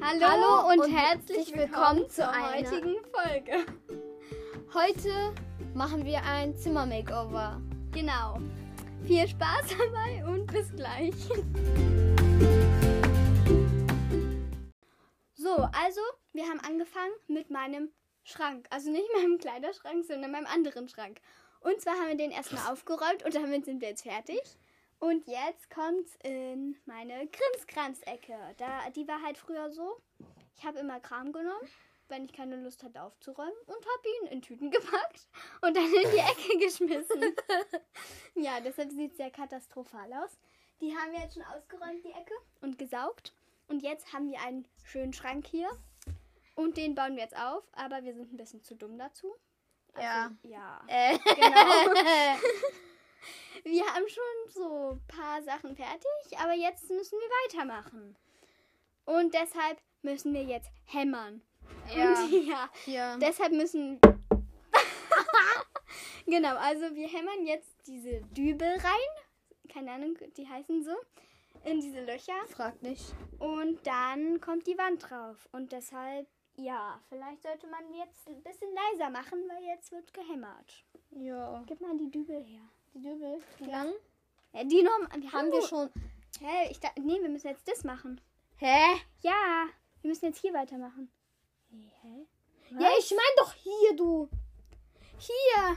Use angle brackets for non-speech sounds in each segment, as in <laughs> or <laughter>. Hallo und, herzlich willkommen zur heutigen Folge. Heute machen wir ein Zimmer-Makeover. Genau. Viel Spaß dabei und bis gleich. So, also wir haben angefangen mit meinem Schrank. Also nicht meinem Kleiderschrank, sondern meinem anderen Schrank. Und zwar haben wir den erstmal aufgeräumt und damit sind wir jetzt fertig. Und jetzt kommt's in meine Krimskranz-Ecke. Da, die war halt früher so. Ich habe immer Kram genommen, wenn ich keine Lust hatte aufzuräumen und habe ihn in Tüten <laughs> gepackt und dann in die Ecke geschmissen. ja, deshalb sieht es ja katastrophal aus. Die haben wir jetzt schon ausgeräumt, die Ecke, und gesaugt. Und jetzt haben wir einen schönen Schrank hier. Und den bauen wir jetzt auf, aber wir sind ein bisschen zu dumm dazu. Ja. Ja. Äh. Genau. <laughs> Wir haben schon so ein paar Sachen fertig, aber jetzt müssen wir weitermachen. Und deshalb müssen wir jetzt hämmern. Ja. Und <laughs> ja, Hier. deshalb müssen. <laughs> genau, also wir hämmern jetzt diese Dübel rein. Keine Ahnung, die heißen so. In diese Löcher. Frag nicht. Und dann kommt die Wand drauf. Und deshalb, ja, vielleicht sollte man jetzt ein bisschen leiser machen, weil jetzt wird gehämmert. Ja. Gib mal die Dübel her. Die Dübel. Wie lang? Ja, die Norm Haben wir schon. Hey, ich dachte, nee, wir müssen jetzt das machen. Hä? Ja, wir müssen jetzt hier weitermachen. Nee, hä? Ja, ich meine doch hier, du. Hier.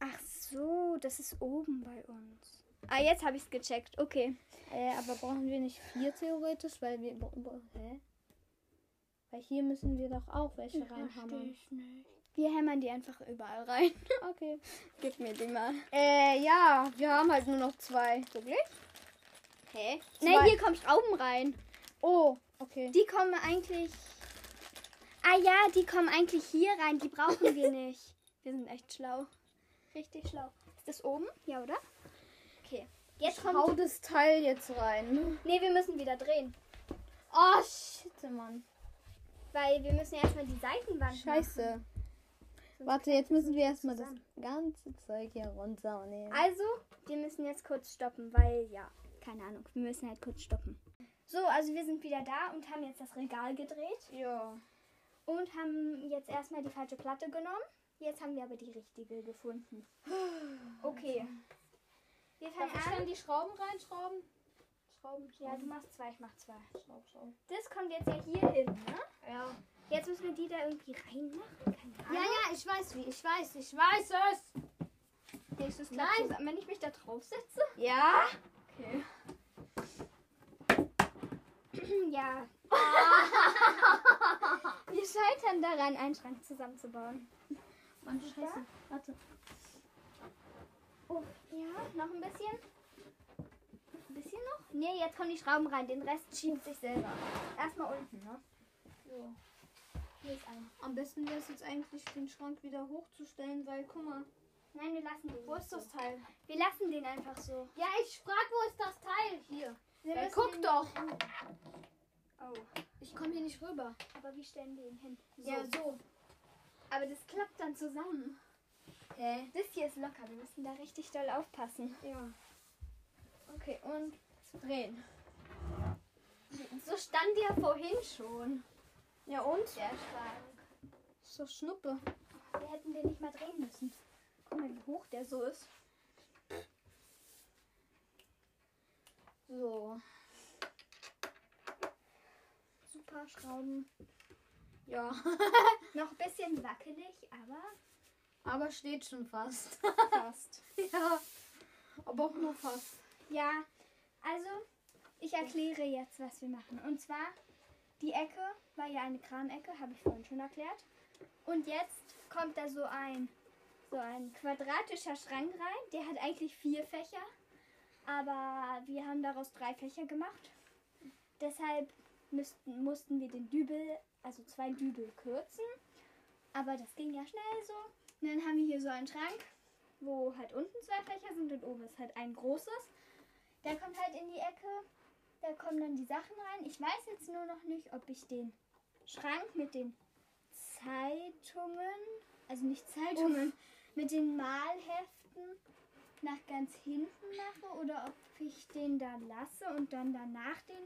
Ach so, das ist oben bei uns. Ah, jetzt habe ich es gecheckt. Okay. Äh, aber brauchen wir nicht vier theoretisch, weil wir. bra- bra- Hä? Weil hier müssen wir doch auch welche reinhammern. Wir hämmern die einfach überall rein. <laughs> Okay. Gib mir die mal. Äh, ja. Wir haben halt nur noch zwei. Wirklich? Hä? Zwei. Nein, hier kommen Schrauben rein. Oh. Okay. Die kommen eigentlich. Ah ja, die kommen eigentlich hier rein. Die brauchen <laughs> wir nicht. Wir sind echt schlau. Richtig schlau. Ist das oben? Ja, oder? Okay. Jetzt Hau kommt. das Teil jetzt rein. Nee, wir müssen wieder drehen. Oh, shit, Mann. Weil wir müssen ja erstmal die Seitenwand Scheiße. Warte, jetzt müssen wir erstmal das ganze Zeug hier runternehmen. Also, wir müssen jetzt kurz stoppen, weil ja, keine Ahnung, wir müssen halt kurz stoppen. So, also wir sind wieder da und haben jetzt das Regal gedreht Ja. und haben jetzt erstmal die falsche Platte genommen. Jetzt haben wir aber die richtige <sighs> gefunden. Okay. Wir fangen an. die Schrauben reinschrauben? Schrauben, Ja, du machst zwei, ich mach zwei. Schrauben, Schrauben. Das kommt jetzt ja hier hin, ne? Ja. Jetzt müssen wir die da irgendwie reinmachen. Keine Ja, Ahnung. ja, ich weiß wie. Ich weiß, ich weiß es. nächstes Nein. Nein, wenn ich mich da drauf setze. Ja? Okay. <clears throat> <laughs> Ja. Wir scheitern daran, einen Schrank zusammenzubauen. Mann, scheiße. Warte. Oh, ja, noch ein bisschen. Ein bisschen noch? Nee, jetzt kommen die Schrauben rein. Den Rest schiebt sich selber. Erstmal unten, ne? So. Hier ist einer. Am besten wäre es jetzt eigentlich, den Schrank wieder hochzustellen, weil, guck mal, Nein, wir lassen den. wo ist das Teil? Wir lassen den einfach so. Ja, ich frag, wo ist das Teil? Hier. Wir Ja, müssen guck den- doch. Oh, Ich komme hier nicht rüber. aber wie stellen wir ihn hin? Ja, so. Aber das klappt dann zusammen. Hä? Das hier ist locker. Wir müssen da richtig doll aufpassen. Ja. Okay, und Drehen. so stand der vorhin schon. Ja, und? Der Schrank. Ist doch Schnuppe. Wir hätten den nicht mal drehen müssen. Guck mal, wie hoch der so ist. So. Super Schrauben. Ja. Noch ein bisschen wackelig, aber Aber steht schon fast. <laughs> fast. ja. Aber auch nur fast. Ja, also ich erkläre jetzt, was wir machen. Und zwar, die Ecke war ja eine Kramecke, habe ich vorhin schon erklärt. Und jetzt kommt da so ein, so ein quadratischer Schrank rein. Der hat eigentlich vier Fächer, aber wir haben daraus drei Fächer gemacht. Deshalb müssten, mussten wir den Dübel, also zwei Dübel kürzen. Aber das ging ja schnell so. Und dann haben wir hier so einen Schrank, wo halt unten zwei Fächer sind und oben ist halt ein großes. Der kommt halt in die Ecke. Da kommen dann die Sachen rein. Ich weiß jetzt nur noch nicht, ob ich den Schrank mit den Zeitungen, also nicht Zeitungen, mit den Malheften nach ganz hinten mache oder ob ich den da lasse und dann danach den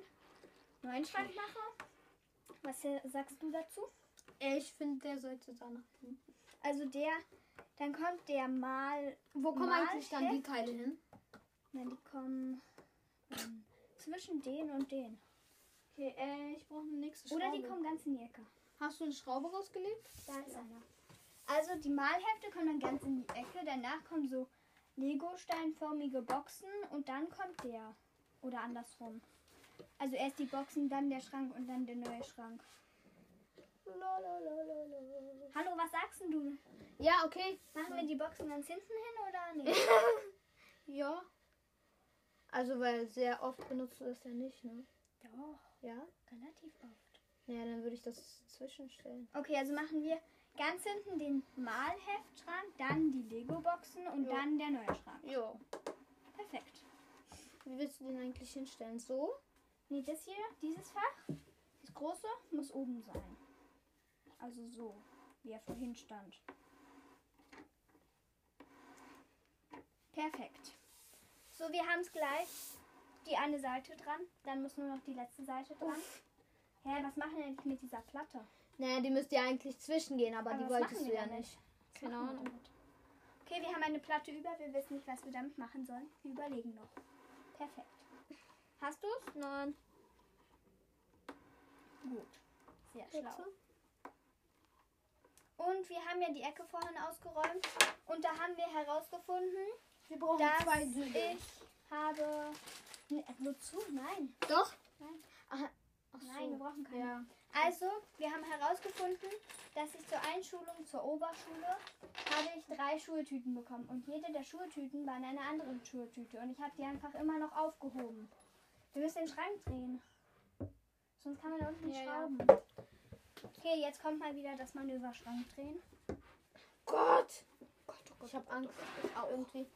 neuen Schrank mache. Was äh, sagst du dazu? Ich finde, der sollte da nach hinten. Also der, dann kommt der mal. Wo kommen Mal eigentlich dann die Teile hin? Nein, die kommen ähm, zwischen den und den. Okay, äh, ich brauche eine nächste Oder die kommen ganz in die Ecke. Hast du eine Schraube rausgelegt? Da ist einer. Also die Malhefte kommen dann ganz in die Ecke. Danach kommen so Lego-steinförmige Boxen und dann kommt der. Oder andersrum. Also erst die Boxen, dann der Schrank und dann der neue Schrank. Hallo, was sagst denn du? Ja, okay. Machen wir die Boxen ganz hinten hin oder nicht? Ja. Also, weil sehr oft benutzt du das ja nicht, ne? <laughs> Doch, Ja? relativ oft. Naja, dann würde ich das zwischenstellen. Okay, also machen wir ganz hinten den Malheftschrank, dann die Lego-Boxen und Ja. dann der neue Schrank. Jo. Perfekt. Wie willst du den eigentlich hinstellen? So? Nee, das hier, dieses Fach, das große, muss oben sein. Also so, wie er vorhin stand. Perfekt. So, wir haben es gleich. Die eine Seite dran, dann muss nur noch die letzte Seite dran. Hä, was machen wir eigentlich mit dieser Platte? Naja, die müsste ja eigentlich zwischengehen, aber, Aber die was wolltest machen du wir ja damit? nicht. Was Keine machen wir Ahnung. damit? Okay, wir haben eine Platte über, wir wissen nicht, was wir damit machen sollen. Wir überlegen noch. Perfekt. Hast du's? Nein. Gut. Sehr schlau. Und wir haben ja die Ecke vorhin ausgeräumt und da haben wir herausgefunden, Wir brauchen dass zwei Dübel. ich habe. Oh, Nee, wozu? Nein. Doch? Nein. Ach, ach so. Nein, wir brauchen keine. Ja. Also, wir haben herausgefunden, dass ich zur Einschulung zur Oberschule habe ich drei Schultüten bekommen und jede der Schultüten war in einer anderen Schultüte und ich habe die einfach immer noch aufgehoben. Wir müssen den Schrank drehen. Sonst kann man da unten nicht Ja, ja. schrauben. Okay, jetzt kommt mal wieder das Manöver Schrank drehen. Gott! Gott, oh Gott. Ich habe Angst. Ich auch irgendwie.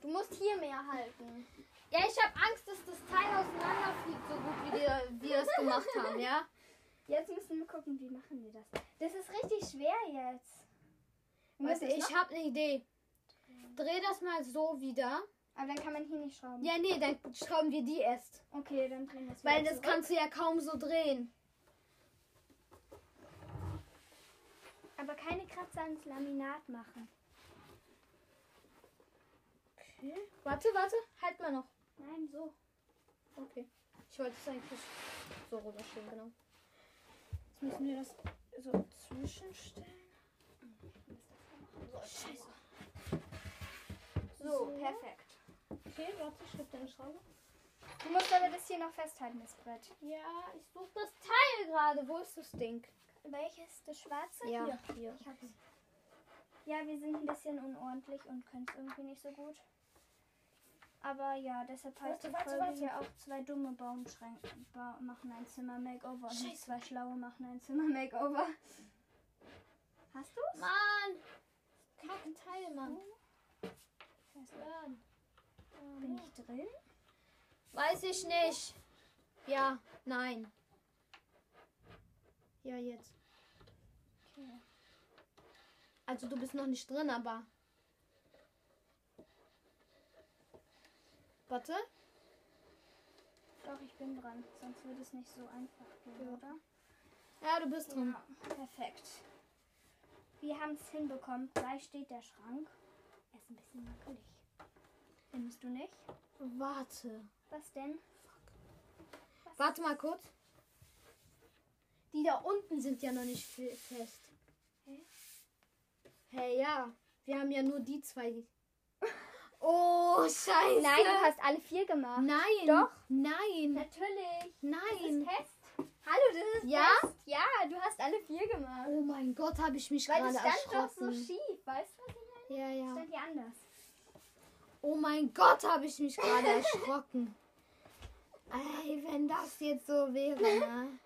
Du musst hier mehr halten. Ja, ich habe Angst, dass das Teil auseinanderfliegt, so gut wie wir, wir es gemacht haben, ja? Jetzt müssen wir gucken, wie machen wir das. Das ist richtig schwer jetzt. Wir Weißt müssen du, es ich noch- habe eine Idee. Dreh das mal so wieder. Aber dann kann man hier nicht schrauben. Ja, nee, dann schrauben wir die erst. Okay, dann drehen wir es Weil wieder das zurück. kannst du ja kaum so drehen. Aber keine Kratzer ans Laminat machen. Warte, warte. Halt mal noch. Nein, so. Okay. Ich wollte es eigentlich so rüberstellen, genau. Jetzt müssen wir das so zwischenstellen. Scheiße. So, perfekt. Okay, warte, ich hab deine Schraube. Du musst aber das hier noch festhalten, das Brett. Ja, ich suche das Teil gerade. Wo ist das Ding? Welches? Das schwarze? Ja, Hier. hier. Ich hab's. Ja, wir sind ein bisschen unordentlich und können es irgendwie nicht so gut. Aber ja, deshalb heißt Warte, die warte, Folge warte. hier auch zwei dumme Baumschränke ba machen ein Zimmer Makeover und nicht Scheiße. zwei schlaue machen ein Zimmer Makeover. Hast du's? Mann! Kack Teil, Mann. Bin ich drin? Weiß ich nicht. Ja, nein. Ja, jetzt. Okay. Also du bist noch nicht drin, aber. Warte. Doch, ich bin dran. Sonst würde es nicht so einfach gehen, Ja. oder? Ja, du bist drin. Ja, perfekt. Wir haben es hinbekommen. Gleich steht der Schrank. Er ist ein bisschen wackelig. Findest du nicht? Warte. Was denn? Was Warte mal kurz. Die da unten sind ja noch nicht fe- fest. Hä? Hey, ja. Wir haben ja nur die zwei. <laughs> Oh, scheiße. Nein, du hast alle vier gemacht. Nein. Doch. Nein. Natürlich. Das ist Nein. fest. Hallo, das ist Ja? fest. Ja, du hast alle vier gemacht. Oh mein Gott, habe ich mich Weil gerade das stand doch so erschrocken. schief. Weißt du, was ich meine? ja, ja. Stand hier anders. Oh mein Gott, habe ich <laughs> mich gerade erschrocken. Ey, wenn das jetzt so wäre, <laughs> ne?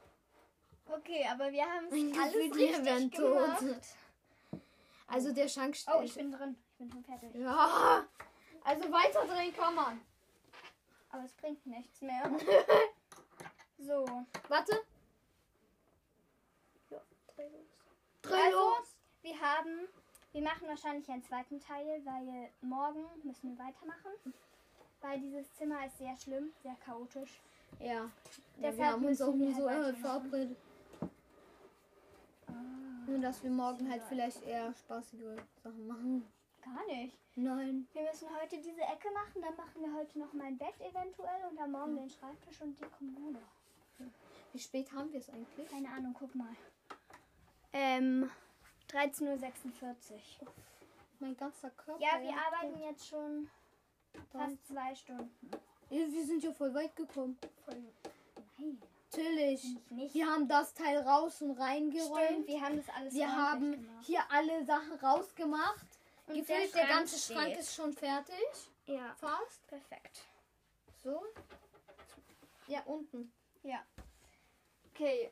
Okay, aber wir haben Mein es alles Gefühl, richtig wir wären gemacht. tot. Also der Schrank steht. Oh, ich bin drin. Ich bin schon fertig. ja. Also weiterdrehen kann man. Aber es bringt nichts <laughs> mehr. so. Warte. Dreh Also, los. wir haben, wir machen wahrscheinlich einen zweiten Teil, weil morgen müssen wir weitermachen. Weil dieses Zimmer ist sehr schlimm, sehr chaotisch. Ja. Deshalb wir haben uns auch müssen wir nur so halt äh, weitermachen. verabredet. Ah. Nur, dass wir morgen halt vielleicht eher spaßige Sachen machen. Gar nicht. Nein. Wir müssen heute diese Ecke machen, dann machen wir heute noch mein Bett eventuell und dann morgen den Schreibtisch und die Kommode. Wie spät haben wir es eigentlich? Keine Ahnung, guck mal. Ähm, 13.46 Uhr. Mein ganzer Körper. Ja, wir arbeiten jetzt schon Dann- fast zwei Stunden. Ey, Wir sind ja voll weit gekommen. Nein, Natürlich. nicht. nicht. Wir haben das Teil raus und Stimmt, reingeräumt. wir haben das alles Wir ordentlich haben gemacht. hier alle Sachen rausgemacht. Und Gefühlt der, Schrank ganze steht. Schrank ist schon fertig. Ja, Fast. perfekt. So. Ja, unten. Ja. Okay,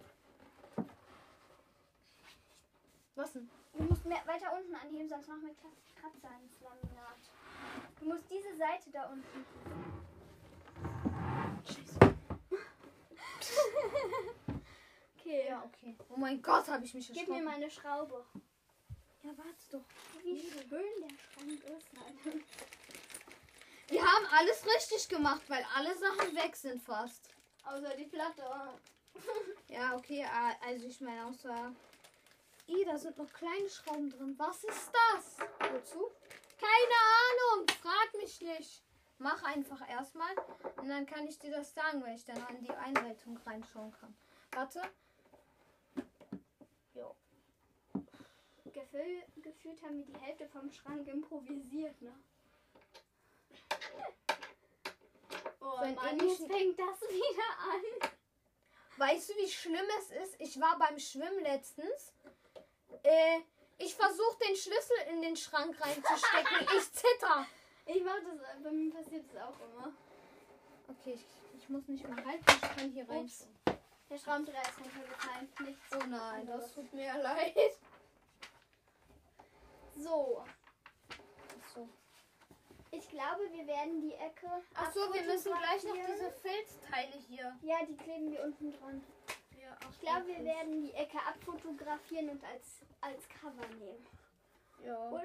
Was denn? du musst mehr weiter unten anheben, sonst machen wir Kla- Kratzer ins Laminat. Du musst diese Seite da unten. <laughs> okay, Ja, okay. Oh mein Gott, habe ich mich gib erschrocken. mir meine Schraube. Ja, warte doch. Wie schön der Schrank ist. Alter. Wir haben alles richtig gemacht, weil alle Sachen weg sind fast. Außer die Platte. Ja, okay, ah, also ich meine außer... Ih, da sind noch kleine Schrauben drin. Was ist das? Wozu? Keine Ahnung, frag mich nicht. Mach einfach erstmal und dann kann ich dir das sagen, weil ich dann an die Einleitung reinschauen kann. Warte. Gefühl, gefühlt haben wir die Hälfte vom Schrank improvisiert, ne? Oh So ein Mann, ähnlichen- jetzt fängt das <laughs> wieder an. Weißt du, wie schlimm es ist? Ich war beim Schwimmen letztens. Äh, ich versuche den Schlüssel in den Schrank reinzustecken. Ich zitter. Ich mach das, bei mir passiert das auch immer. Okay, ich, ich muss nicht mehr halten. Ich kann hier rein. Ups. Der Schraubendreher ist runtergefallen. Nichts. Oh nein, das tut mir leid. So, So. ich glaube, wir werden die Ecke. Ach so, wir müssen gleich noch abfotografieren. diese Filzteile hier. Ja, die kleben wir unten dran. Ja, Ich glaube, wir werden die Ecke abfotografieren und als, als Cover nehmen. Ja. Oder?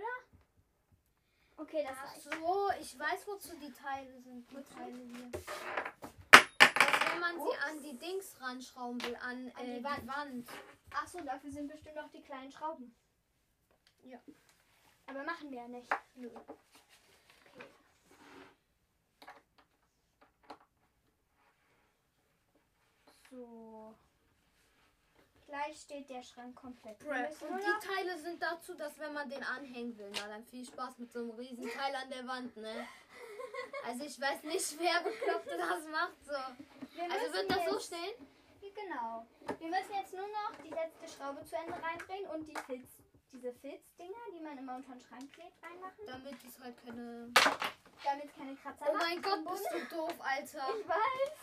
Okay, das Ach reicht. so, ich weiß, wozu die Teile sind. Die Teile hier. Dass wenn man sie an die Dings ranschrauben will, an, An äh, die die Wand. Wand. Wand. Ach so, dafür sind bestimmt noch die kleinen Schrauben. Ja. Aber machen wir ja nicht. Nö. So. Gleich steht der Schrank komplett. Wir müssen Und nur die Teile sind dazu, dass wenn man den anhängen will, na dann viel Spaß mit so einem riesen Teil an der Wand, ne? Also ich weiß nicht, <laughs> wer Bekloppte das macht so. noch- wir Also müssen wird das so jetzt- stehen? Genau. Wir müssen jetzt nur noch die letzte Schraube zu Ende reindrehen und die Filz, diese Filzdinger, die man immer unter den Schrank klebt, reinmachen, Damit es halt keine... damit es keine Kratzer Oh macht mein am Gott, Boden. bist du doof, Alter. Ich weiß.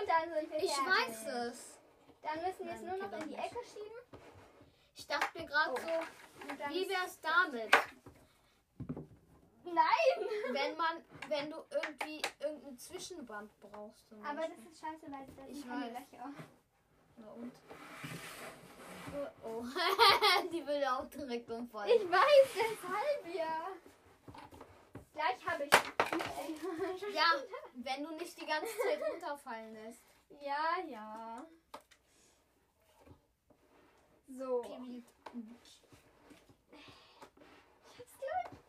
Und dann sind wir Ich fertig. weiß es. Dann müssen wir es Nein, nur okay, noch in dann die nicht. Ecke schieben. Ich dachte mir gerade Oh. so, Und dann wie wär's damit? Nein! Wenn man, wenn du irgendwie irgendeine Zwischenwand brauchst. zum Aber das Beispiel. ist scheiße, weil das Ich sind keine weiß. Löcher. Na und? Oh, <laughs> die will auch direkt umfallen. Ich weiß, deshalb ja. Gleich habe ich. Ja, wenn du nicht die ganze Zeit runterfallen lässt. Ja, ja. So. Ich hab's gleich.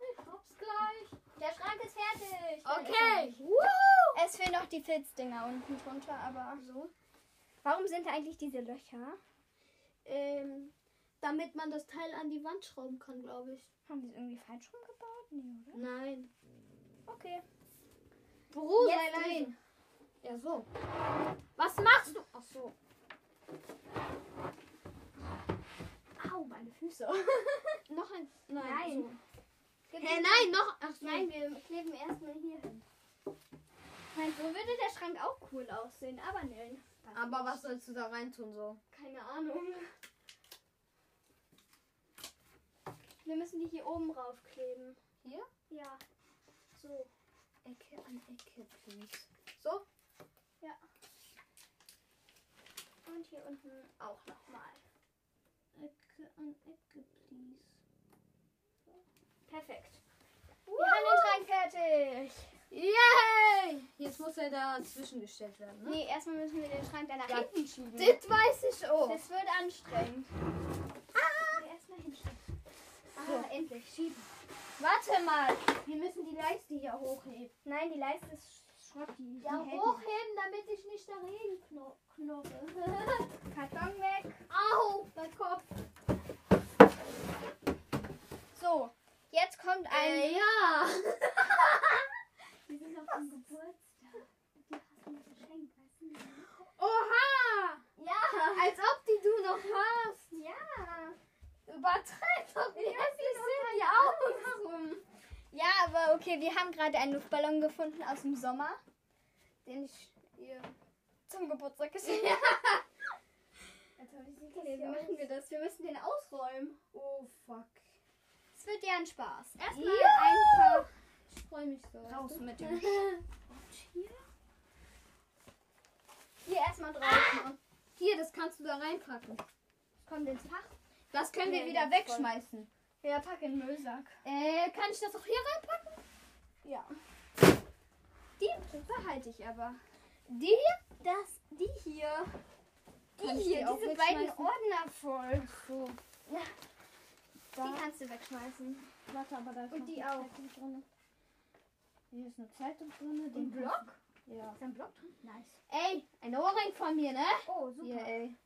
Ich hab's gleich. Der Schrank ist fertig. Nein, ist er Okay. nicht. Woo! Es fehlen noch die Filzdinger unten drunter, aber so. Warum sind da eigentlich diese Löcher? Ähm, damit man das Teil an die Wand schrauben kann, glaube ich. Haben die es irgendwie falsch rumgebaut? Nee, Nein. oder? Okay. Bruder, Jetzt nein. Ja, so. Was machst du? Ach so. Au, meine Füße. Noch ein. Nein. Nein. So. Hä, nein, noch. Ach so. Nein, wir kleben erstmal hier hin. Nein, so würde der Schrank auch cool aussehen, aber nein. Aber was sollst du da reintun so? Keine Ahnung. Wir müssen die hier oben raufkleben. Hier? Ja. So. Ecke an Ecke, please. So? Und hier unten auch nochmal. Ecke an Ecke, please. Perfekt. Wir haben den Schrank fertig. Yay! Jetzt muss er dazwischen gestellt werden, ne? Nee, erstmal müssen wir den Schrank dann nach Ja. hinten schieben. Das weiß ich auch. Das wird anstrengend. Ah! Erstmal hinschieben. Ah, endlich, schieben. Warte mal. Wir müssen die Leiste hier hochheben. Nein, die Leiste ist schrottig. Ja, hochheben, damit ich nicht da <laughs> regenknorre. Karton weg. Au, mein Kopf. So, jetzt kommt ein... Äh, ja. Wir sind auf dem Geburtstag. Die hast mir geschenkt, weißt du? Oha! Ja! Als ob die du noch hast. Ja! Übertreib doch nicht. Wie sind halt die Augen rum? Ja, aber okay, wir haben gerade einen Luftballon gefunden aus dem Sommer, den ich ihr zum Geburtstag geschenkt <laughs> habe. Okay, wie machen wir das? Wir müssen den ausräumen. Oh, fuck. Es wird ja ein Spaß. Erstmal Ja. einfach Ich freue mich so. Raus mit <laughs> dem Hier, hier erstmal drauf machen. das kannst du da reinpacken. Kommt ins Fach. Das können wir Nee, wieder das ist wegschmeißen. Ja, pack in den Müllsack. Äh, kann ich das auch hier reinpacken? Ja. Die behalte ich aber. Die hier? Das, die hier. Die Kann ich die hier, auch diese beiden wegschmeißen? Ordner voll. So. Ja. Die Da. kannst du wegschmeißen. Warte, aber da ist Und noch die eine auch. Zeitung drin. Hier ist eine Zeitung drin. Den Block? Ja. Ist ein Block drin? Nice. Ey, ein Ohrring von mir, ne? Oh, super. Hier, ey.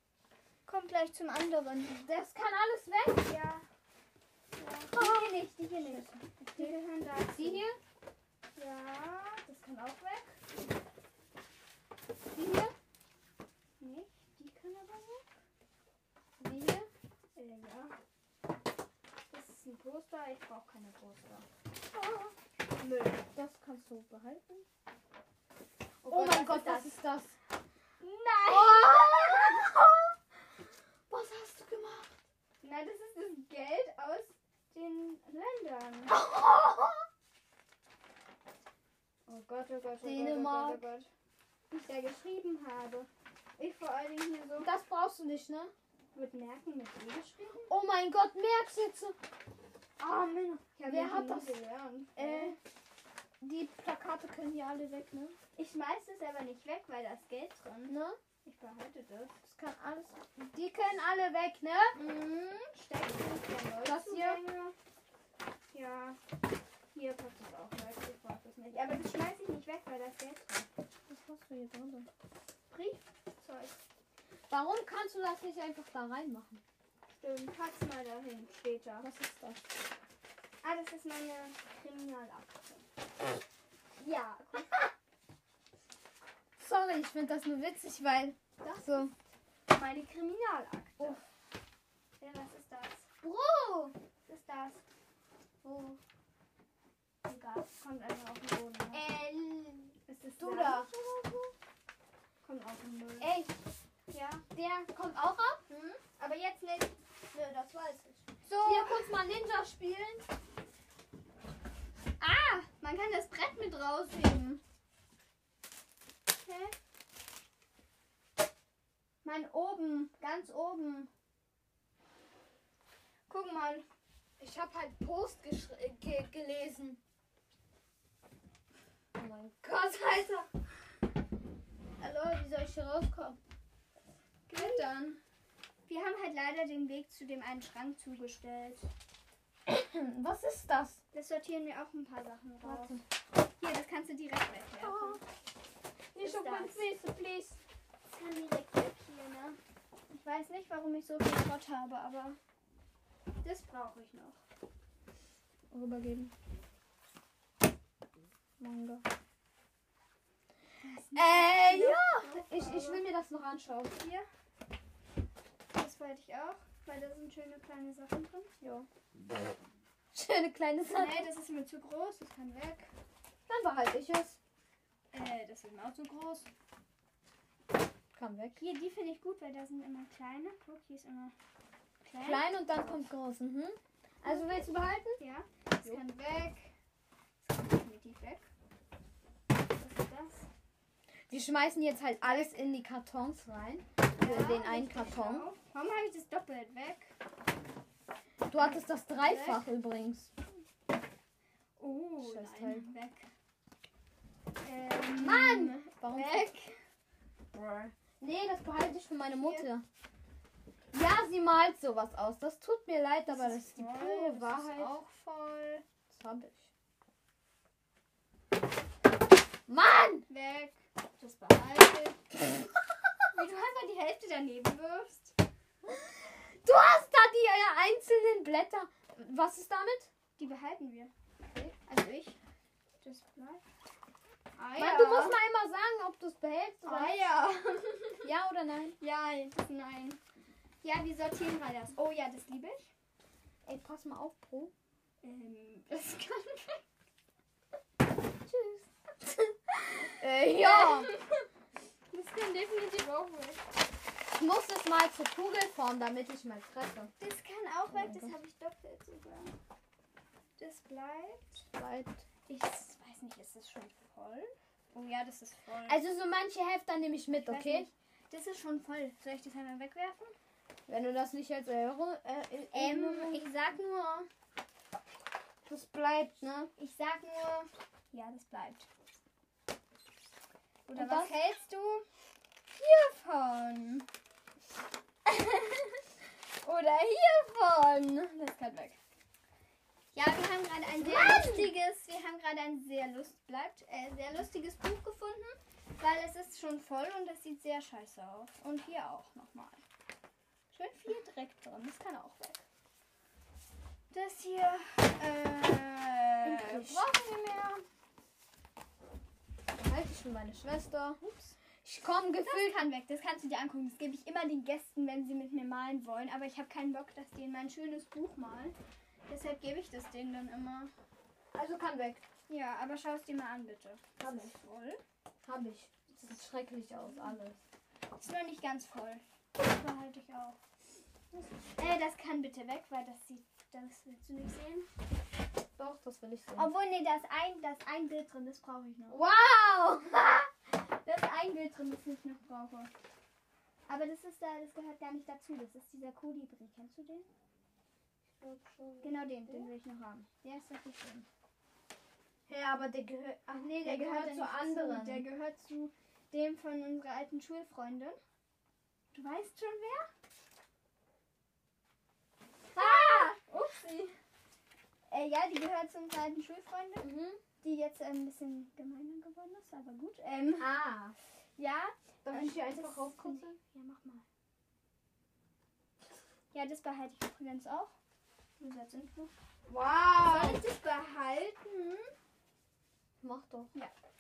Kommt gleich zum anderen. Das kann alles weg. Ja. Die hier nicht, die hier nicht. Die gehören da. Die hier? Ja, das kann auch weg. Die hier? Nicht, die kann aber weg. Die hier? Äh, ja. Das ist ein Poster, ich brauche keine Poster. Ah. Müll. Das kannst du behalten. Oh, mein mein Gott, Gott, was das- ist das? Nein! <laughs> Was hast du gemacht? Nein, das ist das Geld aus den <laughs> Ländern. Oh Gott, oh Gott, oh Gott, Dänemark. oh Gott, oh Gott. Wie ich da geschrieben habe. Ich vor allen Dingen hier so. Das brauchst du nicht, ne? Wird merken, mit wem geschrieben? Oh mein Gott, Merksätze. Ah, Menno. Ich hab Wer noch hat nie das? gelernt. ne? Äh, die Plakate können hier alle weg, ne? Ich schmeiß es aber nicht weg, weil da ist Geld drin. Ne? Ich behalte das. Das kann alles. Die können alle weg, ne? Mhm. Steckt es Das hier? Ja. Hier passt es auch weg. Ich brauch das nicht. Aber das schmeiß ich nicht weg, weil da ist Geld drin. Was hast du hier drin? Briefzeug. Warum kannst du das nicht einfach da reinmachen? Stimmt. Pack's mal dahin später. Was ist das? Ah, das ist meine Kriminalakte. Ja, guck. Sorry, ich finde das nur witzig, weil. Das So. meine Kriminalakte. Oh. Ja, was ist das? Bro! Was ist das? Wo? Egal. Kommt einfach auf den Boden. ne? Ähm, Ist das du Sand? da. Kommt auf den Müll. Ey, Ja. der kommt auch ab? Hm? Aber jetzt nicht. Nö, das weiß ich. So. Hier kurz mal Ninja spielen. Ah, man kann das Brett mit rausheben. Hä? Mann, oben. Ganz oben. Guck mal. Ich habe halt Post geschri- äh, ge gelesen. Oh mein Gott, Alter. Hallo, wie soll ich hier rauskommen? Klettern. Wir haben halt leider den Weg zu dem einen Schrank zugestellt. Was ist das? Das sortieren wir auch ein paar Sachen raus. Warte. Hier, das kannst du direkt wegwerfen. Oh. Nicht Ist auf meine das? Füße, please. Das kann direkt weg hier, ne? Ich weiß nicht, warum ich so viel Schrott habe, aber das brauche ich noch. Rübergeben. Manga. Äh, ja. Ich, ich will mir das noch anschauen. Hier. Das wollte ich auch, weil da sind schöne kleine Sachen drin. Oh, Jo. Schöne kleine Sache. Nee, das ist mir zu groß, das kann weg. Dann behalte ich es. Äh, das ist mir auch zu groß. Kann weg. Hier, die finde ich gut, weil da sind immer kleine. Guck, hier ist immer klein. Klein und dann kommt groß. Mhm. Also willst du behalten? Ja, das Jo. kann weg. Das kann definitiv weg. Was ist das? Wir schmeißen jetzt halt alles in die Kartons rein. Also in den einen richtig Karton. auch. Warum habe ich das doppelt weg? Du hattest das dreifach übrigens. Oh, Scheiß nein, weg. Ähm, Mann! Warum? Weg. Bruh. Nee, das behalte ich für meine Mutter. Ja, sie malt sowas aus. Das tut mir leid, aber das ist die pure Das ist Wahrheit. auch voll. Das habe ich. Mann! Weg. Das behalte ich. Wie Oh, du einfach die Hälfte daneben wirfst. Du hast da die äh, einzelnen Blätter. Was ist damit? Die behalten wir. Also ich. Das bleibt. Eier. Mann, du musst mal immer sagen, ob du es behältst oder nicht. Eier. Ja oder nein? ja, das nein. Ja, wir sortieren mal das. Oh ja, das liebe ich. Ey, pass mal auf, Bro. Ähm, <laughs> das kann Tschüss. äh, ja. <laughs> Das kann definitiv auch weg. Ich muss es mal zur Kugel formen, damit ich mal treffe. Das kann auch weg, das Gott. habe ich doppelt sogar. Das bleibt. Weil- Ich weiß nicht, ist das schon voll? Oh ja, das ist voll. Also so manche Hefter nehme ich mit, Ich weiß okay? nicht. Das ist schon voll. Soll ich das einmal wegwerfen? Wenn du das nicht als Euro... Äh, in- Ähm, ich sag nur. das bleibt, ne? Ich sag nur. Ja, das bleibt. Oder Und was das? hältst du hiervon? <laughs> Oder hiervon? Das kann weg. Ja, wir haben gerade ein sehr lustiges, wir haben gerade ein sehr lust bleibt, äh, sehr lustiges Buch gefunden, weil es ist schon voll und es sieht sehr scheiße aus. Und hier auch nochmal. Schön viel Dreck drin, das kann auch weg. Das hier äh, Endlich. brauchen wir mehr. Dann halte Halt, ich für meine Schwester. Ups. Ich komme gefühlt... Das kann weg, das kannst du dir angucken. Das gebe ich immer den Gästen, wenn sie mit mir malen wollen. Aber ich habe keinen Bock, dass die in mein schönes Buch malen. Deshalb gebe ich das denen dann immer. Also kann weg. Ja, aber schau es dir mal an, bitte. Kann ist voll. Hab ich. Das sieht schrecklich aus, alles. Ist noch nicht ganz voll. Das behalte ich auch. Äh, das kann bitte weg, weil das sieht. Das willst du nicht sehen. Doch, das will ich sehen. Obwohl, nee, da ist ein, da ist ein Bild drin, das brauche ich noch. <laughs> Wow! Da ist ein Bild drin, das ich noch brauche. Aber das ist da, das gehört gar nicht dazu. Das ist dieser Kolibri. Kennst du den? Genau den, den will ich noch haben. Der ist richtig schön. Hä, aber der gehört... Ach nee, Der, gehört, zu anderen. Der gehört zu dem von unserer alten Schulfreundin. Du weißt schon wer? Ah! Upsi. Äh, ja, die gehört zu unserer alten Schulfreundin, mhm. die jetzt äh, ein bisschen gemeiner geworden ist, aber gut. Ähm, Ah. ja. Darf und ich hier das einfach raufkritzeln? finde ich- Ja, mach mal. Ja, das behalte ich übrigens auch. Nur so als Info. Soll Wow! ich das behalten? Mach doch.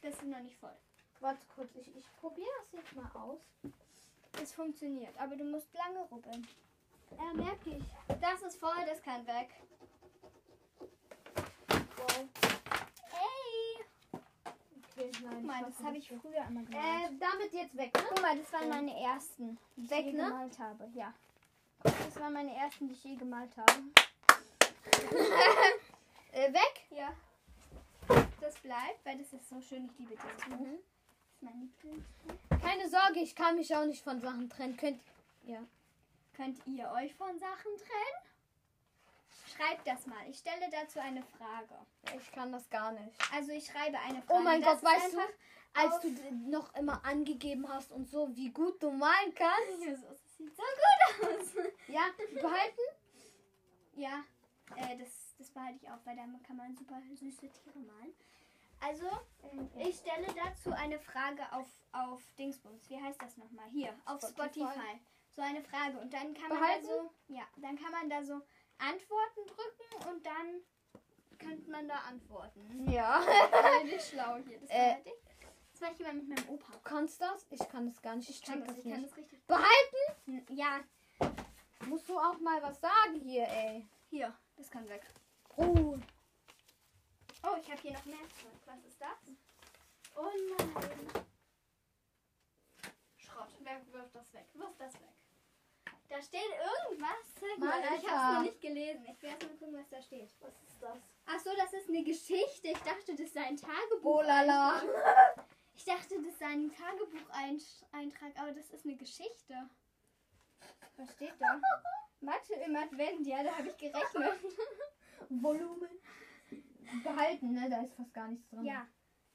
Das ist noch nicht voll. Warte kurz, ich, ich probiere das jetzt mal aus. Es funktioniert, aber du musst lange rubbeln. Ja, merke ich. Das ist voll, das kann weg. Wow. Ey! Okay, nein. Guck mal, schaff das habe ich nicht. früher immer gemacht. Äh, damit jetzt weg, ne? Guck mal, das waren ja. meine ersten, die Weg, ich je ne? gemalt habe. Ja. Das waren meine ersten, die ich je gemalt habe. <laughs> Äh, weg? Ja. Das bleibt, weil das ist so schön. Ich liebe dieses Buch. Das ist mein Lieblings. Mhm. Keine Sorge, ich kann mich auch nicht von Sachen trennen. Könnt. Ja. Könnt ihr euch von Sachen trennen? Schreibt das mal. Ich stelle dazu eine Frage. Ich kann das gar nicht. Also ich schreibe eine Frage. Oh mein Das Gott, ist weißt du, einfach- <laughs> als auf- du d- noch immer angegeben hast und so, wie gut du malen <laughs> kannst. Das sieht so gut aus. Ja, behalten? Ja, äh, das, das behalte ich auch, weil da kann man super süße Tiere malen. Also, ich stelle dazu eine Frage auf, auf Dingsbums. Wie heißt das nochmal? Hier, auf Spotify. Spotify. So eine Frage. Und dann kann Behalten? man da so, ja, dann kann man da so Antworten drücken und <laughs> dann könnte man da antworten. Ja. Voll nicht schlau hier. Das Äh. behalte ich. Das mache ich immer mit meinem Opa. Du kannst das? Ich kann das gar nicht. Ich check das ich kann nicht. das richtig. Behalten? N- Ja, Musst du auch mal was sagen hier, ey. hier, das kann weg. Ruhe. Oh, ich habe hier noch mehr Zeug. Was ist das? Oh nein. Schrott. Wer wirft das weg? Wirf das weg. Da steht irgendwas. Zeig Mann, mal, ich Alter. habe es noch nicht gelesen. Ich werde mal gucken, was da steht. Was ist das? Ach so, das ist eine Geschichte. Ich dachte, das sei ein Tagebuch. Oh <laughs> lala. Ich dachte, das sei ein Tagebucheintrag, aber das ist eine Geschichte. Was steht da? <laughs> Mathe im Advent, ja, da habe ich gerechnet. Volumen. Behalten, ne? Da ist fast gar nichts <laughs> drin. Ja,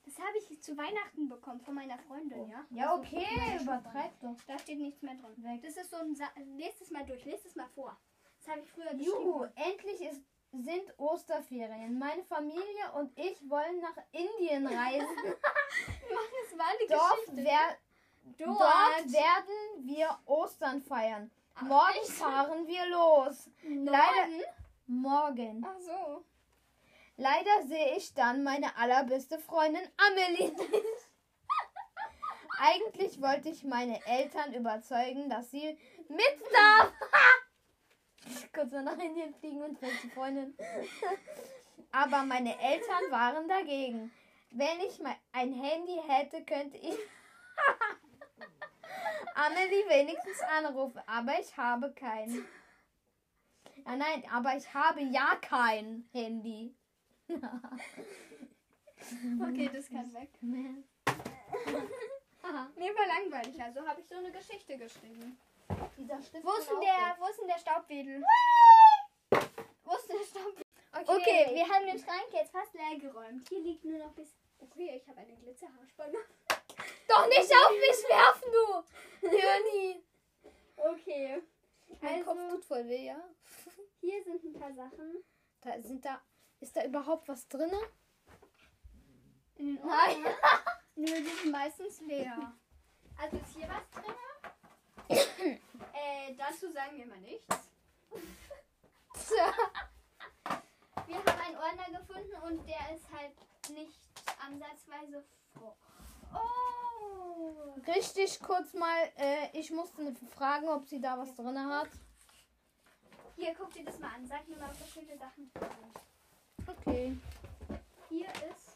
Das habe ich zu Weihnachten bekommen von meiner Freundin, ja? Ja, Also, okay, meine übertreib doch. Schwester. Da steht nichts mehr drin. Weg. Das ist so ein Sa Lest es mal durch, lest es mal vor. Das habe ich früher Juhu, geschrieben. endlich ist, sind Osterferien. Meine Familie und ich wollen nach Indien reisen. Das war eine Dort, Geschichte. wer, Dort. dort werden wir Ostern feiern. Ach, Morgen echt? fahren wir los. Leider, morgen. Ach so. Leider sehe ich dann meine allerbeste Freundin Amelie <laughs> nicht. Eigentlich wollte ich meine Eltern überzeugen, dass sie mit darf. <laughs> Kurz mal nach Indien fliegen und welche Freundin. Aber meine Eltern waren dagegen. Wenn ich mal ein Handy hätte, könnte ich <laughs> Amelie wenigstens anrufen. Aber ich habe keinen. Ah nein, aber ich habe ja kein Handy. Okay, das kann weg. Mir war langweilig, also habe ich so eine Geschichte geschrieben. Dieser Stift Wo ist denn der, wo ist denn der Staubwedel? Wo ist denn der Staubwedel? Okay, Okay, wir haben den Schrank jetzt fast leer geräumt. Hier liegt nur noch bis. Okay, ich habe eine Glitzerhaarspange. doch nicht auf mich werfen, du! Leonie! Okay. Mein Kopf Also, tut voll weh, ja? hier sind ein paar Sachen. Da sind da, ist da überhaupt was drin? In den <laughs> Nein. Ordner. Nö, die sind meistens leer. Also ist hier was drin? äh, dazu sagen wir mal nichts. Wir haben einen Ordner gefunden und der ist halt nicht ansatzweise froh. Oh! <laughs> Richtig kurz mal, äh, ich musste fragen, ob sie da was drin hat. Hier, guck dir das mal an. Sag mir mal, was schöne Sachen drin sind. Okay. Hier ist.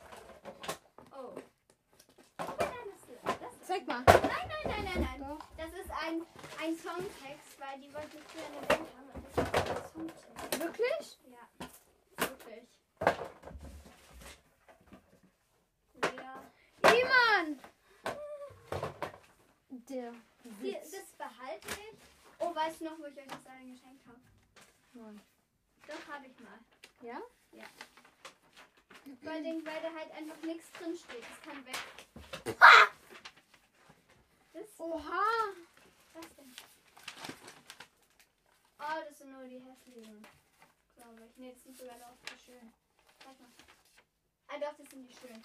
Oh. Oh, nein, das ist. Das ist Zeig mal. nein, nein, nein, nein, nein. Das ist ein, ein Songtext, weil die wollten früher eine Band haben und das ist ein Songtext. Wirklich? Ja. Wirklich. Ja. Iman! Der. Hier, das behalte ich. Oh, weißt du noch, wo ich euch das alle geschenkt habe? Nein. Doch, habe ich mal. Ja? Vor allem, weil da halt einfach nichts drin steht. Das kann weg. Das Oha! Was denn? Oh, das sind nur die hässlichen. Glaube ich. Ne, das sind sogar noch die schönen. Warte mal. Ah, doch, das sind die schönen.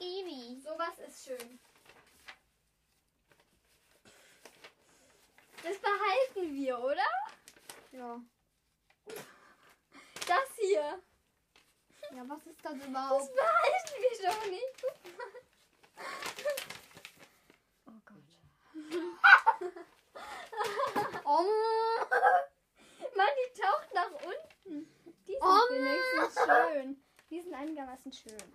Evie. Sowas ist schön. Das behalten wir, oder? Ja. Das hier. Ja, was ist das Das überhaupt? behalten wir doch nicht. Guck mal. Oh <laughs> Gott. oh. Mann, die taucht nach unten. Die sind Oh, wenigstens schön. Die sind einigermaßen schön.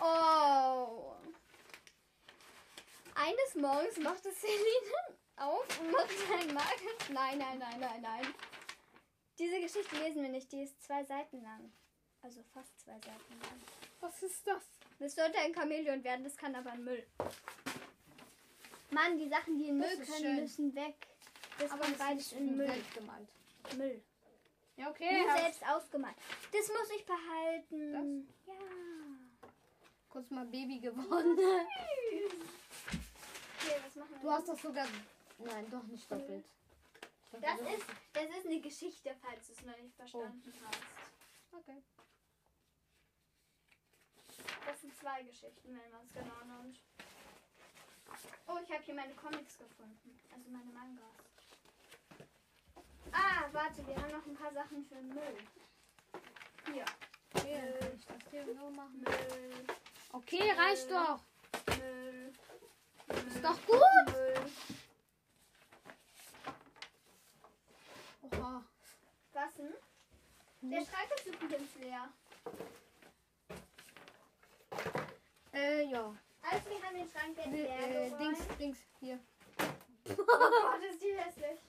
Oh. Eines Morgens macht es Celine auf und macht einen Oh, Magen. Nein, nein, nein, nein, nein. Diese Geschichte lesen wir nicht. Die ist zwei Seiten lang. Also fast zwei Seiten lang. Was ist das? Das sollte ein Chamäleon werden, das kann aber ein Müll. Mann, die Sachen, die in Das Müll ist können, schön. müssen weg. Das Aber kommt das beides ist in den Müll. gemalt. Müll. Ja, Mir okay. Hab's. selbst ausgemalt. Das muss ich behalten. Ja. Kurz mal <laughs> Baby geworden. Okay, was machen wir? Du hast doch sogar. Nein, doch nicht doppelt. Ich glaub, das, du- ist, das ist eine Geschichte, falls du es noch nicht verstanden hast. Okay. Das sind zwei Geschichten, wenn man es genau nimmt. Oh, ich habe hier meine Comics gefunden. Also meine Mangas. Ah, warte, wir haben noch ein paar Sachen für den Müll. Hier. Hier, Äh, kann ich das hier so machen? Müll, Okay, reicht doch. Müll, Müll. Ist doch gut. Müll. Oha. Was denn? Der Schrank ist übrigens leer. Äh, ja. Also wir haben den Schrank jetzt Äh, leer äh, geräumt. Dings, Dings, hier. <laughs> Oh Gott, ist die hässlich.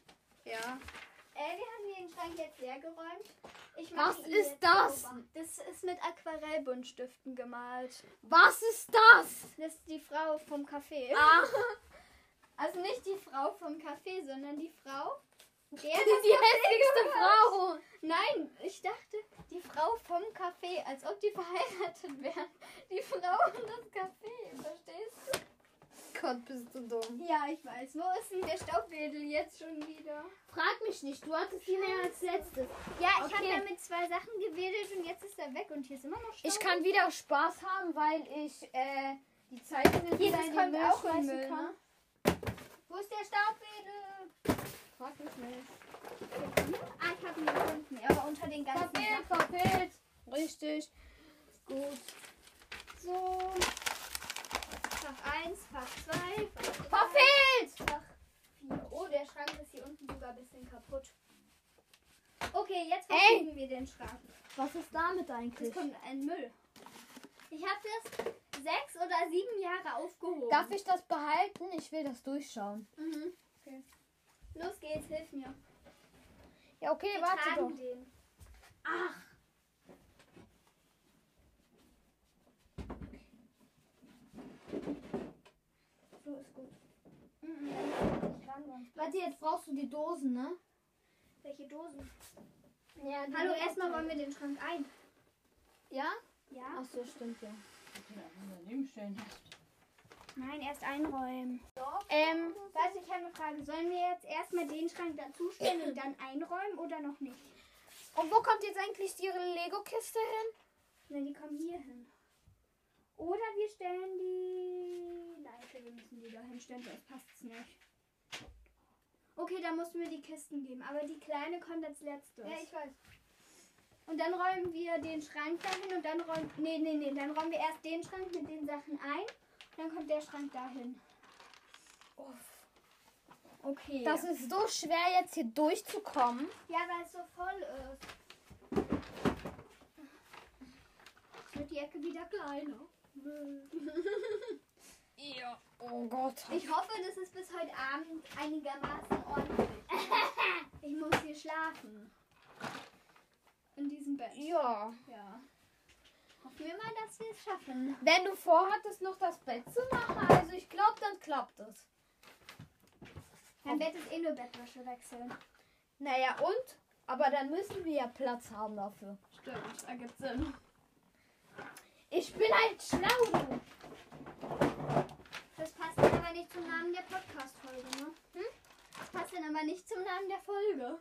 Ja. Äh, wir haben den Schrank jetzt leer geräumt. Ich Was mache ihn ist jetzt das? sauber. Das ist mit Aquarellbuntstiften gemalt. Was ist das? Das ist die Frau vom Café. Ach, Also nicht die Frau vom Café, sondern die Frau Der Die <laughs> hässlichste Frau. Nein, ich dachte, die Frau vom Café, als ob die verheiratet wären. Die Frau und das Café, verstehst Gott, bist du dumm. du? Ja, ich weiß. Wo ist denn der Staubwedel jetzt schon wieder? Frag mich nicht, du hattest die mehr als letztes. Ja, ich Okay. habe damit zwei Sachen gewedelt und jetzt ist er weg und hier ist immer noch Staub. Ich kann wieder Spaß haben, weil ich äh, die Zeitungen wieder Jesus in den kommt Müll auch in schmeißen Müll, kann. ne? Wo ist der Staubwedel? Frag mich nicht. Ah, ich habe ihn gefunden, aber unter den ganzen Verfehlt, Sachen. verfehlt. Richtig. Gut. So. Fach 1, Fach 2, Fach 3. Verfehlt! Fach 4. Oh, der Schrank ist hier unten sogar ein bisschen kaputt. Okay, jetzt verlegen wir den Schrank. Was ist damit Es eigentlich? kommt ein Müll. Ich habe das sechs oder sieben Jahre aufgehoben. Darf ich das behalten? Ich will das durchschauen. Mhm. Okay. Los geht's, hilf mir. Ja, okay, Wir warte tragen doch. den. Ach. So ist gut. Mhm, dann kann ich nicht ran, sonst- Warte, jetzt brauchst du die Dosen, ne? Welche Dosen? Ja, Hallo, erstmal wollen wir den Schrank ein. Ja? Ja? Ach so, stimmt ja. Nein, erst einräumen. Ähm, warte, ich habe eine Frage. Sollen wir jetzt erstmal den Schrank dazustellen und dann einräumen oder noch nicht? Und wo kommt jetzt eigentlich ihre Lego-Kiste hin? Na, die kommen hier hin. Oder wir stellen die. Nein, okay, wir müssen die da hinstellen, sonst passt es nicht. Okay, da mussten wir die Kisten geben, aber die kleine kommt als letztes. weiß. Und dann räumen wir den Schrank dahin und dann räumen. Nee, nee, nee, dann räumen wir erst den Schrank mit den Sachen ein. Dann kommt der Schrank dahin. Okay. Das ist so schwer, jetzt hier durchzukommen. ja, weil es so voll ist. Jetzt wird die Ecke wieder kleiner. Nö. Ja. Oh Gott. Ich hoffe, das ist bis heute Abend einigermaßen ordentlich. <laughs> ich muss hier schlafen. In diesem Bett. Ja. Ja. Hoffen wir mal, dass wir es schaffen. Wenn du vorhattest, noch das Bett zu machen, also ich glaube, dann klappt es. Mein Bett ist eh nur Bettwäsche wechseln. Naja, und? Aber dann müssen wir ja Platz haben dafür. Stimmt, ergibt Sinn. Ich bin halt schlau. du. Das passt dann aber nicht zum Namen der Podcast-Folge, ne? Hm? Das passt dann aber nicht zum Namen der Folge.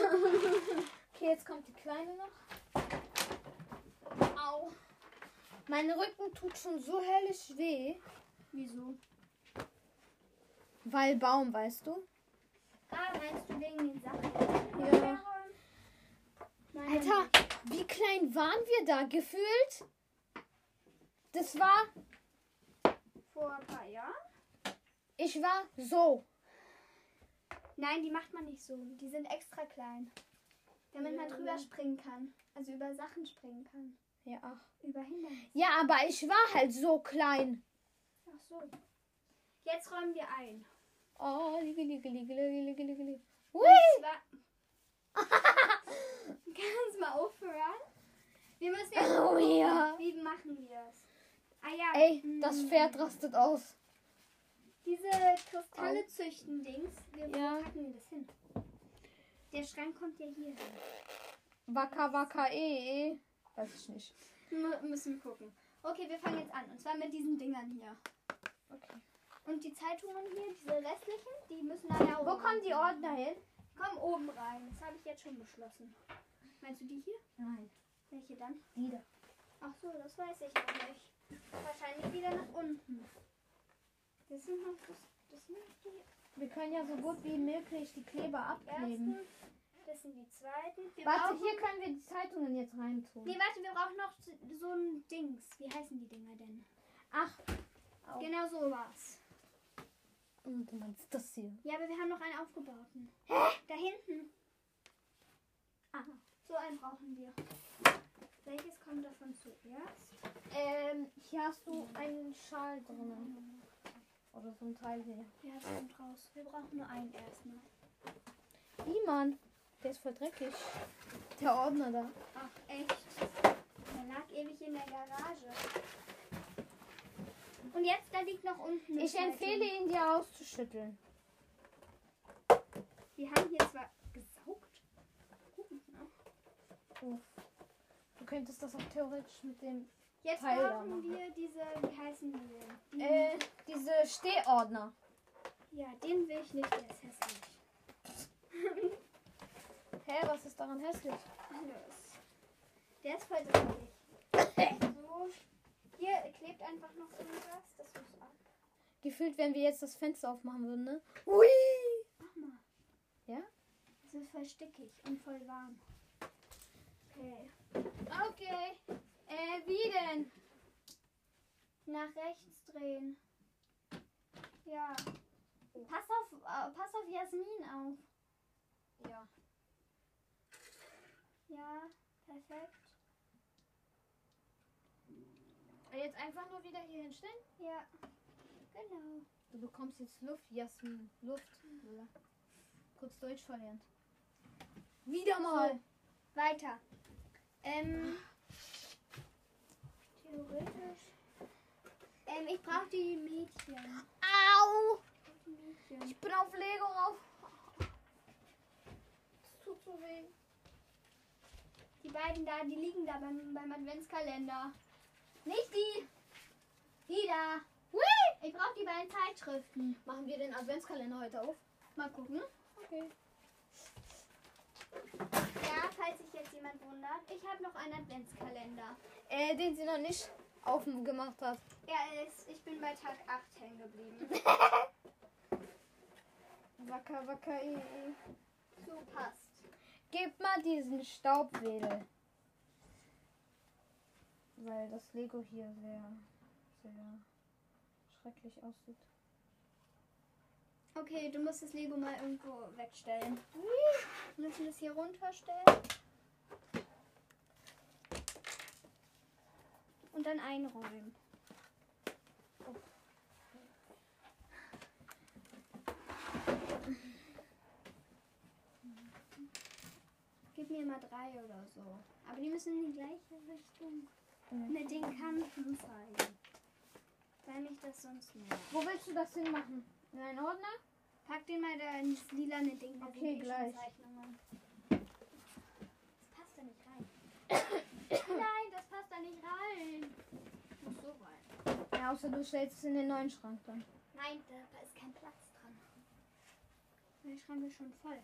Okay, jetzt kommt die Kleine noch. Au. Mein Rücken tut schon so höllisch weh. Wieso? Weil Baum, weißt du? Ah, meinst du wegen den Sachen? Ja. Nein, Alter, wie klein waren wir da gefühlt? Das war, Vor ein paar Jahren? ich war so. Nein, die macht man nicht so. Die sind extra klein. Damit man drüber springen kann. Also über Sachen springen kann. Ja, ach. Über Hindernisse. ja, aber ich war halt so klein. Ach so. Jetzt räumen wir ein. Oh, liege, liege, liege, liege, liege, liege, liege. <laughs> Zwar- Kannst mal aufhören? Wir müssen jetzt. Oh ja. Wie machen wir es? Ah ja. Ey, hm, das Pferd rastet aus. Diese Kristalle züchten Dings. Wir Ja. wo packen wir das hin. Der Schrank kommt ja hier hin. Waka, waka, eh, eh. Weiß ich nicht. Mü- müssen wir gucken. Okay, wir fangen jetzt an. Und zwar mit diesen Dingern hier. Okay. Und die Zeitungen hier, diese restlichen, die müssen leider Wo kommen die Ordner hin? Kommen oben rein. Das habe ich jetzt schon beschlossen. Meinst du die hier? Nein, Welche dann? die da. Ach so, das weiß ich noch nicht. Wahrscheinlich wieder nach unten. Das sind noch das, das sind noch die Wir können ja so gut wie möglich die Kleber ersten. abkleben. Das sind die zweiten. Wir Warte, brauchen, hier können wir die Zeitungen jetzt reintun. nee, warte, wir brauchen noch so- so ein Dings. Wie heißen die Dinger denn? Ach, Au. Genau so war's. und Oh, du meinst das hier. Ja, aber wir haben noch einen aufgebauten. Da hinten. Ah, so einen brauchen wir. Welches kommt davon zuerst? Ähm, hier hast du einen Schal drin. Oder so ein Teil hier. Ja, das kommt raus. Wir brauchen nur einen erstmal. Wie Mann? Der ist voll dreckig. Der Ordner da. Ach, echt? Der lag ewig in der Garage. Und jetzt, da liegt noch unten. eine Ich Zeitung. empfehle ihn dir auszuschütteln. Wir haben hier zwar gesaugt. Du könntest das auch theoretisch mit dem. Jetzt Teil da brauchen machen. wir diese, wie heißen die denn? Die- Äh, diese Stehordner. Ja, den will ich nicht, der ist hässlich. Hä, was ist daran hässlich? Los. Der ist voll dreckig. so. Hier klebt einfach noch irgendwas. Das muss ab. Gefühlt, wenn wir jetzt das Fenster aufmachen würden, ne? Ui! Mach mal. Ja? Es ist voll stickig und voll warm. Okay. Okay. Äh, wie denn? Nach rechts drehen. Ja. Pass auf, äh, pass auf Jasmin auf. Ja. Ja, perfekt. Jetzt einfach nur wieder hier hinstellen? Ja. Genau. Du bekommst jetzt Luft, Jasmin. Luft. Oder? Kurz Deutsch verlernt. Wieder mal. Weiter. Ähm. Theoretisch. Ähm, ich brauche die Mädchen. Au! Die Mädchen. Ich bin auf Lego auf. Das tut so weh. Die beiden da, die liegen da beim, beim Adventskalender. Nicht die! Die da! Hui! Ich brauche die beiden Zeitschriften. Machen wir den Adventskalender heute auf? Mal gucken. Okay. Ja, falls sich jetzt jemand wundert, ich habe noch einen Adventskalender. Äh, den sie noch nicht aufgemacht hat. Er ist, ich bin bei Tag 8 hängen <laughs> geblieben. Wacker, wacker, eh, i, i. So passt. Gib mal diesen Staubwedel. Weil das Lego hier sehr, sehr schrecklich aussieht. Okay, du musst das Lego mal irgendwo wegstellen. Wir müssen das hier runterstellen. Und dann einräumen. Oh. Gib mir mal drei oder so. Aber die müssen in die gleiche Richtung. Mhm. Mit den Kanten zeigen. Weil mich das sonst mehr. Wo willst du das hin machen? In einen Ordner? Pack den mal da ins lilane Ding. da Okay, sind eh schon gleich. Zeichnungen. Das passt da nicht rein. Nein, das passt da nicht rein. Muss so rein. Ja, außer du stellst es in den neuen Schrank dann. Nein, da ist kein Platz dran. Der Schrank ist schon voll.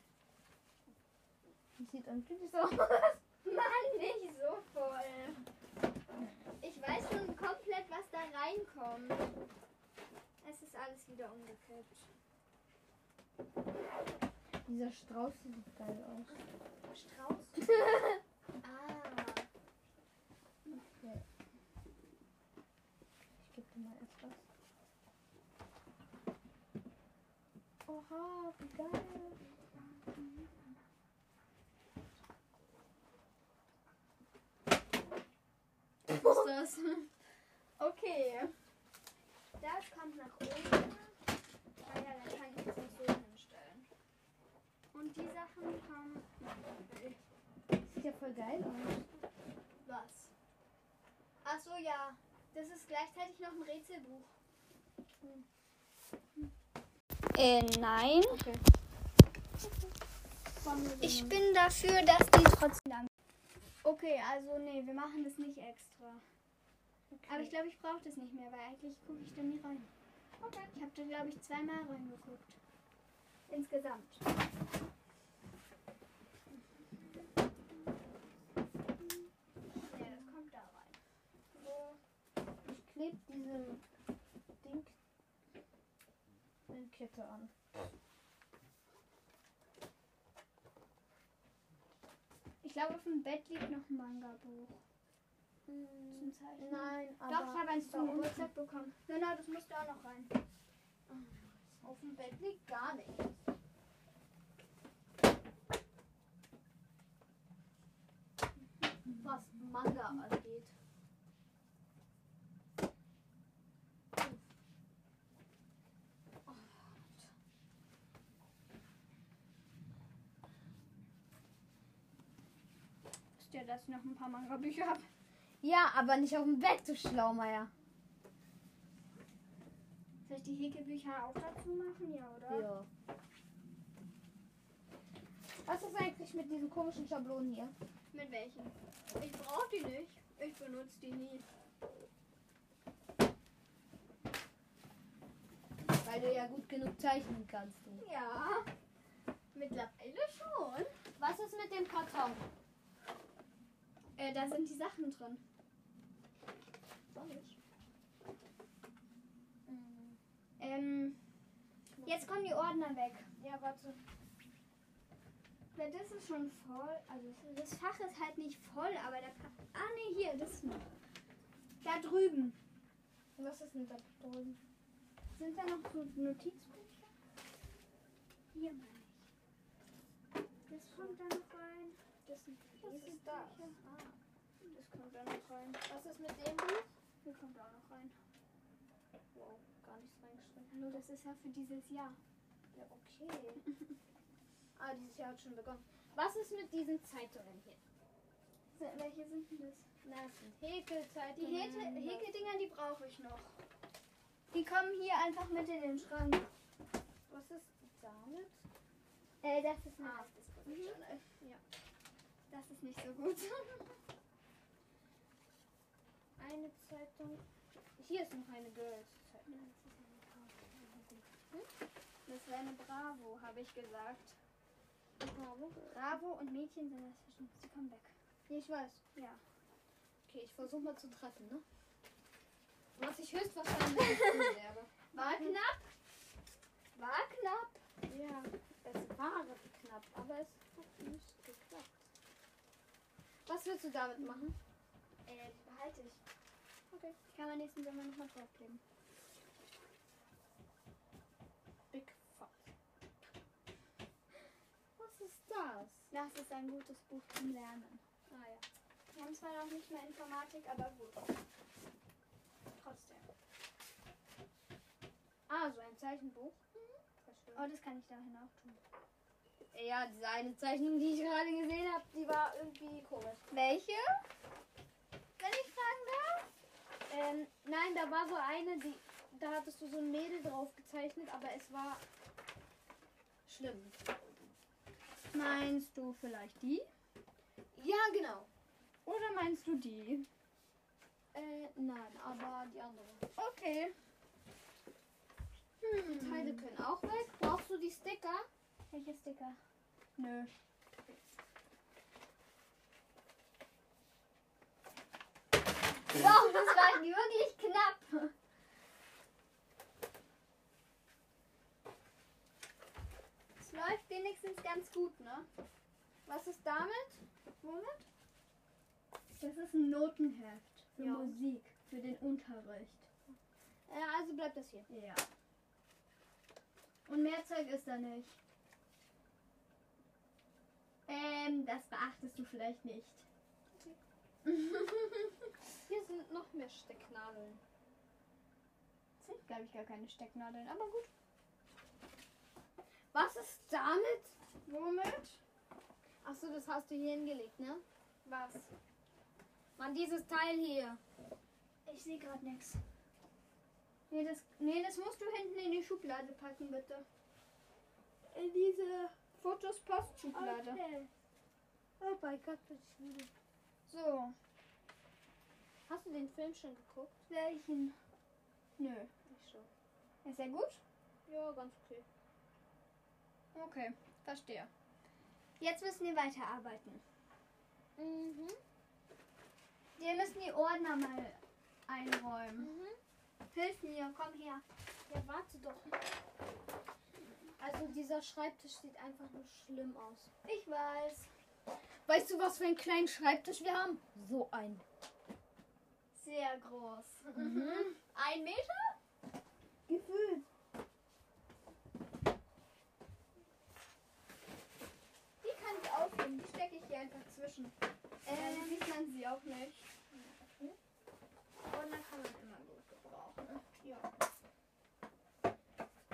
Das sieht unglücklich aus. Mann, nicht so voll. Ich weiß schon komplett, was da reinkommt. Es ist alles wieder umgekippt. Dieser Strauß sieht geil aus. <laughs> Strauß? ah. Ich gebe dir mal etwas. Oha, wie geil. ist das? Okay. Das kommt nach oben. Ah ja, dann kann ich das nicht so hinstellen. Und die Sachen kommen. Sieht ja voll geil aus. Was? Ach so, ja. Das ist gleichzeitig noch ein Rätselbuch. Hm. Äh, nein. Ich bin dafür, dass die trotzdem lang. Okay, also nee, wir machen das nicht extra. Aber ich glaube, ich brauche das nicht mehr, weil eigentlich gucke ich da nie rein. Okay. Ich habe da, glaube ich, zweimal reingeguckt. Insgesamt. Nee, das kommt da rein. So. Ich klebe diesem Ding eine Kette an. Ich glaube, auf dem Bett liegt noch ein Manga-Buch. Zum Zeichen. Nein, aber Doch, ich habe eins da zum unten Geburtstag bekommen. Nein, nein, das musste auch noch rein. auf dem Bett liegt gar nichts. Was Manga angeht. Wisst ihr, dass ich noch ein paar Manga-Bücher habe? Ja, aber nicht auf dem Bett, du Schlaumeier. Soll ich die Häkelbücher auch dazu machen? Ja, oder? Ja. Was ist eigentlich mit diesen komischen Schablonen hier? Mit welchen? Ich brauche die nicht. Ich benutze die nie. Weil du ja gut genug zeichnen kannst. Du. Ja. Mittlerweile schon. Was ist mit dem Karton? Äh, da sind die Sachen drin. Soll ich? Hm. Ähm, jetzt kommen die Ordner weg. Ja, warte. Na, das ist schon voll. Also das Fach ist halt nicht voll, aber da kann. Ah ne, hier, das ist noch. Da drüben. Was ist denn da drüben? Sind da noch so Notizbücher? Hier meine ich. Das kommt da noch rein. Das, das, Das ist sind da. Bücher. Das kommt da noch rein. Was ist mit dem Buch? Hier kommt da auch noch rein. Wow, gar nichts reingeschrieben. Hallo, das ist ja für dieses Jahr. Ja, okay. ah, dieses Jahr hat schon begonnen. Was ist mit diesen Zeitungen hier? Sind, welche sind denn das? Na, das sind Häkelzeitungen. Die Häkel, Das- Häkeldinger, die brauche ich noch. Die kommen hier einfach mit in den Schrank. Was ist damit? Äh, das ist nicht, das Ja. Das ist nicht so <laughs> gut. Eine Zeitung. Hier ist noch eine Girls-Zeitung. Das wäre eine Bravo, habe ich gesagt. Okay, Bravo und Mädchen sind das verschieden. Die kommen weg. ich weiß. Ja. ich versuche mal zu treffen, ne? Was ich höchstwahrscheinlich nicht tun werde. War knapp. War knapp. Mhm. Ja, es war knapp, aber es hat nicht geklappt. Was willst du damit machen? Äh, die behalte ich. Okay. Die kann man nächsten Sommer nochmal draufkleben. Big Fuck. Was ist das? Das ist ein gutes Buch zum Lernen. Ah ja. Wir haben zwar noch nicht mehr Informatik, aber gut. Trotzdem. Ah, so ein Zeichenbuch. Verstehe. Oh, das kann ich dahin auch tun. Ja, diese eine Zeichnung, die ich gerade gesehen habe, die war irgendwie komisch. Welche? Wenn ich fragen darf? Ähm, nein, da war so eine, die, da hattest du so ein Mädel drauf gezeichnet, aber es war schlimm. Meinst du vielleicht die? Ja, genau. Oder meinst du die? Äh, nein, aber die andere. Okay. Hm. Die Teile können auch weg. Brauchst du die Sticker? Welche Sticker? Nö. Wow, das war wirklich knapp. Es läuft wenigstens ganz gut, ne? Was ist damit? Moment. Das ist ein Notenheft für Ja. Musik, für den Unterricht. Äh, also bleibt das hier. Ja. Und mehr Zeug ist da nicht. Ähm, das beachtest du vielleicht nicht. Hier sind noch mehr Stecknadeln. Das sind, glaube ich, gar keine Stecknadeln, aber gut. Was ist damit? Womit? Achso, das hast du hier hingelegt, ne? Was? Mann, dieses Teil hier. Ich sehe gerade nichts. Nee das, nee, das musst du hinten in die Schublade packen, bitte. Äh, In diese Fotos Postschublade. Oh mein Gott, bin ich müde. So, Hast du den Film schon geguckt? welchen? Nö. Ich schon. Ist er gut? Ja, ganz okay. Okay, verstehe. Jetzt müssen wir weiterarbeiten. Mhm. Wir müssen die Ordner mal einräumen. Mhm. Hilf mir, komm her. Ja, warte doch. Also dieser Schreibtisch sieht einfach nur schlimm aus. Ich weiß. Weißt du, was für einen kleinen Schreibtisch wir haben? So ein. Sehr groß. Mhm. Ein Meter? Gefühlt. Die kann ich aufheben. Die stecke ich hier einfach zwischen. Ähm, sieht man sie auch nicht. Ordner kann man immer gut gebrauchen. Ja.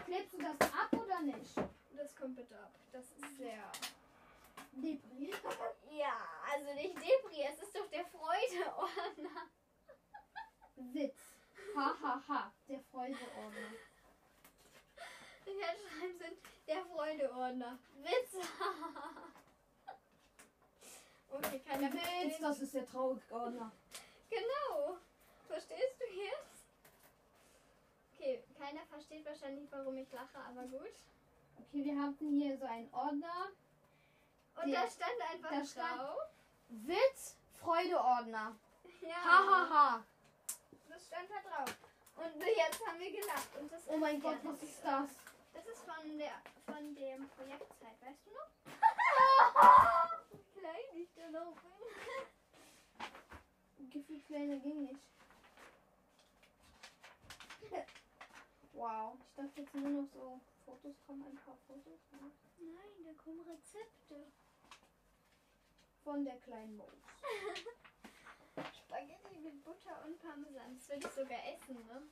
Klebst du das ab oder nicht? Das kommt bitte ab. Das ist sehr. Debris. Ja, also nicht Debris, es ist doch der Freude-Ordner. Witz. Ha ha ha. Der Freudeordner. Die Herzschreiben sind der Freude-Ordner. Witz. Okay, keiner Willst, versteht. das ist der traurige Ordner. Genau. Verstehst du jetzt? Okay, keiner versteht wahrscheinlich, warum ich lache, aber gut. Okay, wir hatten hier so einen Ordner. Und Ja. da stand einfach Da stand- drauf. Witz, Freudeordner. Ah. Ja. Hahaha. Ha, ha. Das stand da drauf. Und jetzt haben wir gelacht. Und das Oh mein ist Gott, gerne. was ist das? Das ist von der von dem Projektzeit, weißt du noch? <laughs> Klein ich da noch. <laughs> Gefühlt kleiner ging nicht. <laughs> Wow, ich dachte jetzt nur noch so Fotos kommen, ein paar Fotos Nein, da kommen Rezepte. von der kleinen Maus. Spaghetti mit Butter und Parmesan. Das würde ich sogar essen, ne?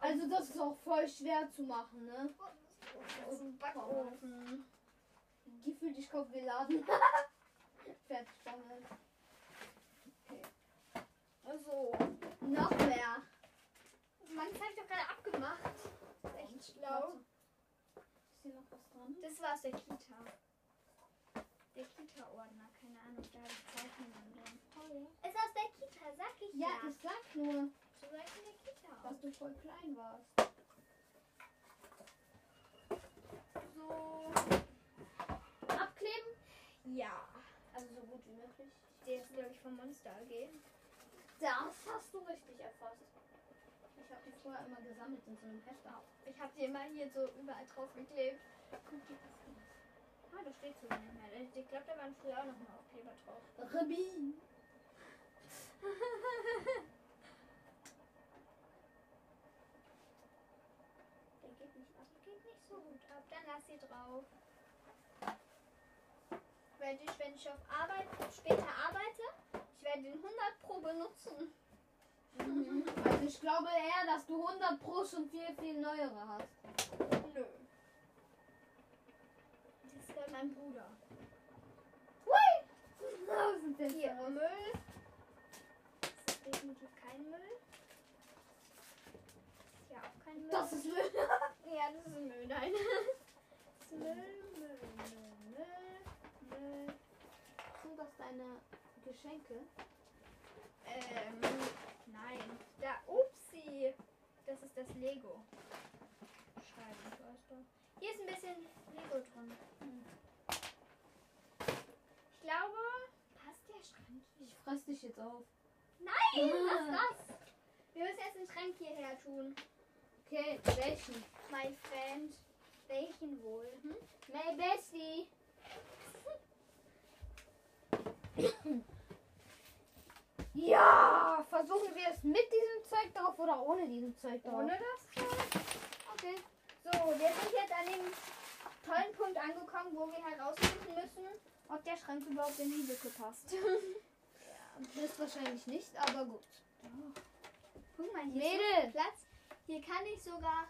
Also das ist auch voll schwer zu machen, ne? Das oh, ist ein Backofen. Gefühlt, ich glaube, wir <laughs> laden. Fertig damit. Also, Noch mehr. man zeigt doch gerade abgemacht. Das ist echt schlau. Ist hier noch was dran? Das war aus der Kita. Der Kita-Ordner, keine Ahnung, da habe ich Zeichnungen drin. Ist aus der Kita, sag ich Ja, ich sag nur, So sag ich in der Kita aus. dass du voll klein warst. So. Abkleben? Ja. Also so gut wie möglich. Der ist, glaube ich, vom Monster AG. Das hast du richtig erfasst. Ich habe die vorher immer gesammelt in so einem Hefter. Ich habe die immer hier so überall drauf geklebt. Guck dir das an. Ah, da steht so nicht mehr. Ich glaube, da waren früher auch nochmal Aufkleber drauf. Rabin. Der geht nicht ab. Der geht nicht so gut ab. Dann lass sie drauf. Werde ich, wenn ich auf Arbeit später arbeite, ich werde den 100 pro benutzen. Also ich glaube eher, dass du 100 Pro schon viel, viel neuere hast. <laughs> Nö. Das gehört meinem Bruder. Hier, Müll. Das ist definitiv kein Müll. Ja, auch kein Müll. Das ist Müll. ja, das ist Müll, nein. <laughs> Das ist Müll, Müll, Müll, Müll, Müll. Sind das deine Geschenke? Ähm, nein. Da, upsi. Das ist das Lego. Scheiße, ich weiß doch. Hier ist ein bisschen Lego drin. Hm. Ich glaube, passt der Schrank hier? Ich fress dich jetzt auf. Nein, lass das. Wir müssen jetzt einen Schrank hierher tun. Okay, welchen? Mein Freund. Welchen wohl? Hm? May Bessie. ja, versuchen wir es mit diesem Zeug drauf oder ohne diesem Zeug drauf? Ohne das Zeug? Okay. So, wir sind jetzt an dem tollen Punkt angekommen, wo wir herausfinden müssen, ob der Schrank überhaupt in die Lücke passt. Das wahrscheinlich nicht, aber gut. Guck mal, hier ist Mädel, Platz. Hier kann ich sogar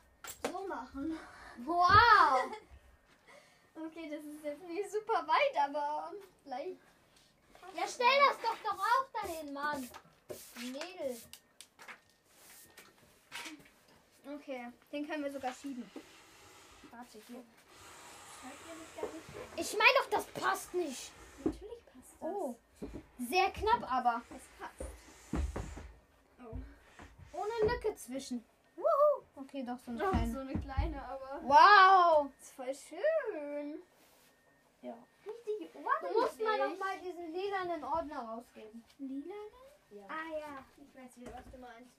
so machen. wow. Okay, das ist jetzt nicht super weit, aber vielleicht. Ja, stell das doch doch auch dahin, Mann. Mädel. Okay, den können wir sogar schieben. Warte, <laughs> hier. Hört ihr das gar nicht? Ich meine doch, das passt nicht. Natürlich passt das. Oh. Sehr knapp aber. Es passt. Oh. Ohne Lücke zwischen. Wuhu. Okay, doch so ein Doch, kleiner. so eine kleine, aber. Wow. Ist voll schön. Ja. Richtig Du ordentlich. musst mal noch mal diesen lilanen Ordner rausgeben. Lila? Ja. Ah ja, ich weiß wieder, was du meinst.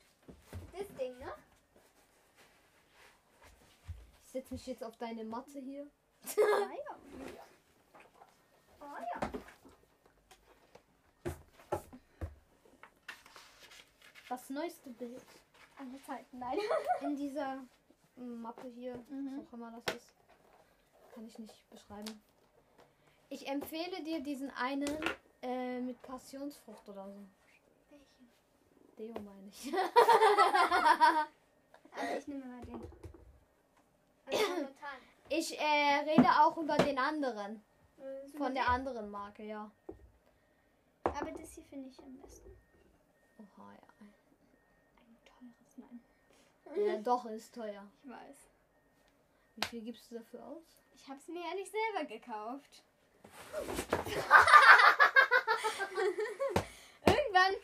Das Ding, <clears throat> ne? Ich setze mich jetzt auf deine Matte hier. Ah <laughs> ja. Ah ja. Das neueste Bild Alle Zeiten, nein. in dieser Mappe hier, Mhm. was auch immer das ist, kann ich nicht beschreiben. Ich empfehle dir diesen einen äh, mit Passionsfrucht oder so. Welchen? Deo meine ich. <laughs> Aber ich nehme mal den. Also momentan. Ich äh, rede auch über den anderen, Äh, so von der gesehen. anderen Marke, ja. Aber das hier finde ich am besten. Oha, ja. <laughs> Ein teures Nein. ja. Doch, ist teuer. Ich weiß. Wie viel gibst du dafür aus? Ich habe es mir ja nicht selber gekauft. Irgendwann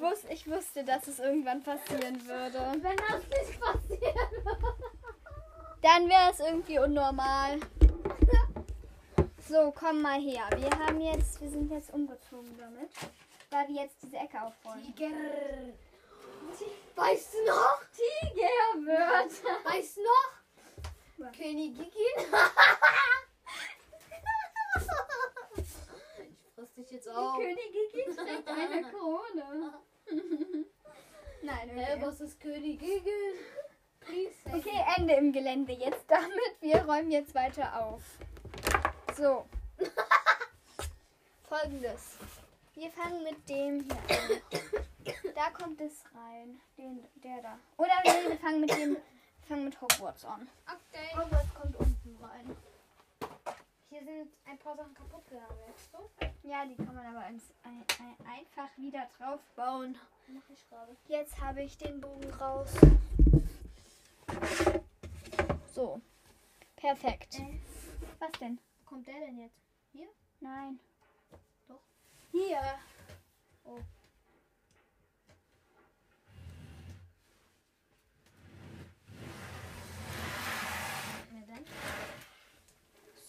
wusste ich wusste, dass es irgendwann passieren würde. Wenn das nicht passiert. Dann wäre es irgendwie unnormal. So, komm mal her. Wir haben jetzt, wir sind jetzt umgezogen damit, weil wir jetzt diese Ecke aufräumen. Tiger. Weißt du noch? <laughs> Tigerwörter. Weißt du noch? Was? Königin. <laughs> ich friss dich jetzt auf. Königin trägt eine Krone. Nein, Hä, okay. Äh, was ist Königin? Please. say okay, Ende im Gelände jetzt <laughs> damit. Wir räumen jetzt weiter auf. So. <laughs> Folgendes. Wir fangen mit dem hier an. Da kommt es rein. Den, der da. Oder nee, wir fangen mit dem. Wir fangen mit Hogwarts an. Update. Hogwarts kommt unten rein. Hier sind ein paar Sachen kaputt gegangen, weißt du? Ja, die kann man aber ins, ein, ein, einfach wieder draufbauen. Mach ich gerade. Jetzt habe ich den Bogen raus. So. Perfekt. Äh. Was denn? Kommt der denn jetzt? Nein. Doch. Hier. Oh. Wer denn?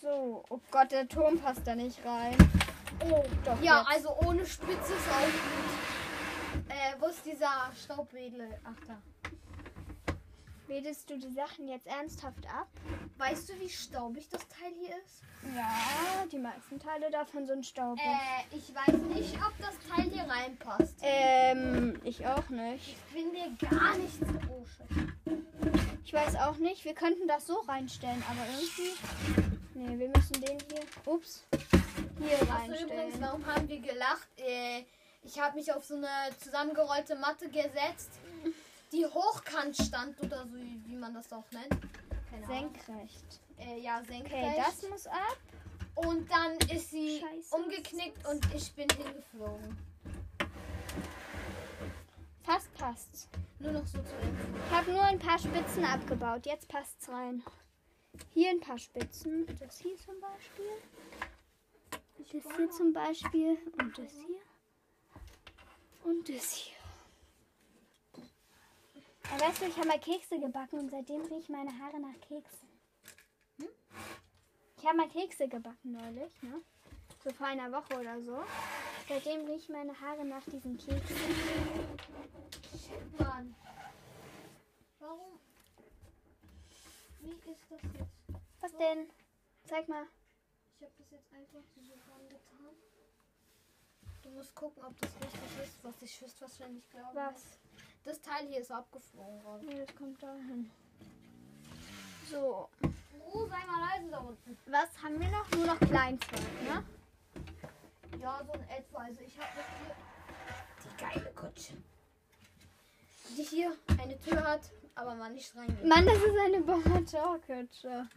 So. Oh Gott, der Turm passt da nicht rein. Oh. Doch. Ja, jetzt. also ohne Spitze ist auch gut. Äh, wo ist dieser Staubwedel? Ach da. Redest du die Sachen jetzt ernsthaft ab? Weißt du, wie staubig das Teil hier ist? Ja, die meisten Teile davon sind staubig. Äh, ich weiß nicht, ob das Teil hier reinpasst. Ähm, ich auch Ich nicht. finde gar nichts. Oh, Scheiße. Ich weiß auch nicht. Wir könnten das so reinstellen, aber irgendwie. Nee, wir müssen den hier. Ups. Hier Achso, übrigens, reinstellen. warum haben wir gelacht? Äh, ich habe mich auf so eine zusammengerollte Matte gesetzt, die hochkant stand oder so, wie man das auch nennt. Keine Ahnung. Senkrecht. Äh, ja, Okay, senkrecht. das muss ab. Und dann ist sie Scheiße, umgeknickt und ich bin hingeflogen. Fast passt. Nur noch so zu Info. Ich habe nur ein paar Spitzen abgebaut. Jetzt passt's rein. Hier ein paar Spitzen. Das hier zum Beispiel. Das hier zum Beispiel. Und das hier. Und das hier. Ja, weißt du, ich habe mal Kekse gebacken und seitdem riechen meine Haare nach Keksen. Hm? Ich habe mal Kekse gebacken neulich, ne? So vor einer Woche oder so. Seitdem riechen meine Haare nach diesen Keksen. Mann. Warum? Wie ist das jetzt? Was denn? Zeig mal. Ich habe das jetzt einfach so rangetan. Du musst gucken, ob das richtig ist, was ich höchstwahrscheinlich glaube. Was? Das Teil hier ist abgeflogen worden. Nee, das kommt da hin. So, Oh, sei mal leise da unten. was haben wir noch? Nur noch Kleinzeug, ne? Ja, so in etwa. Also ich habe jetzt hier die geile Kutsche. Die hier eine Tür hat, aber man nicht reingeht. Mann, das ist eine Bombertorkutsche.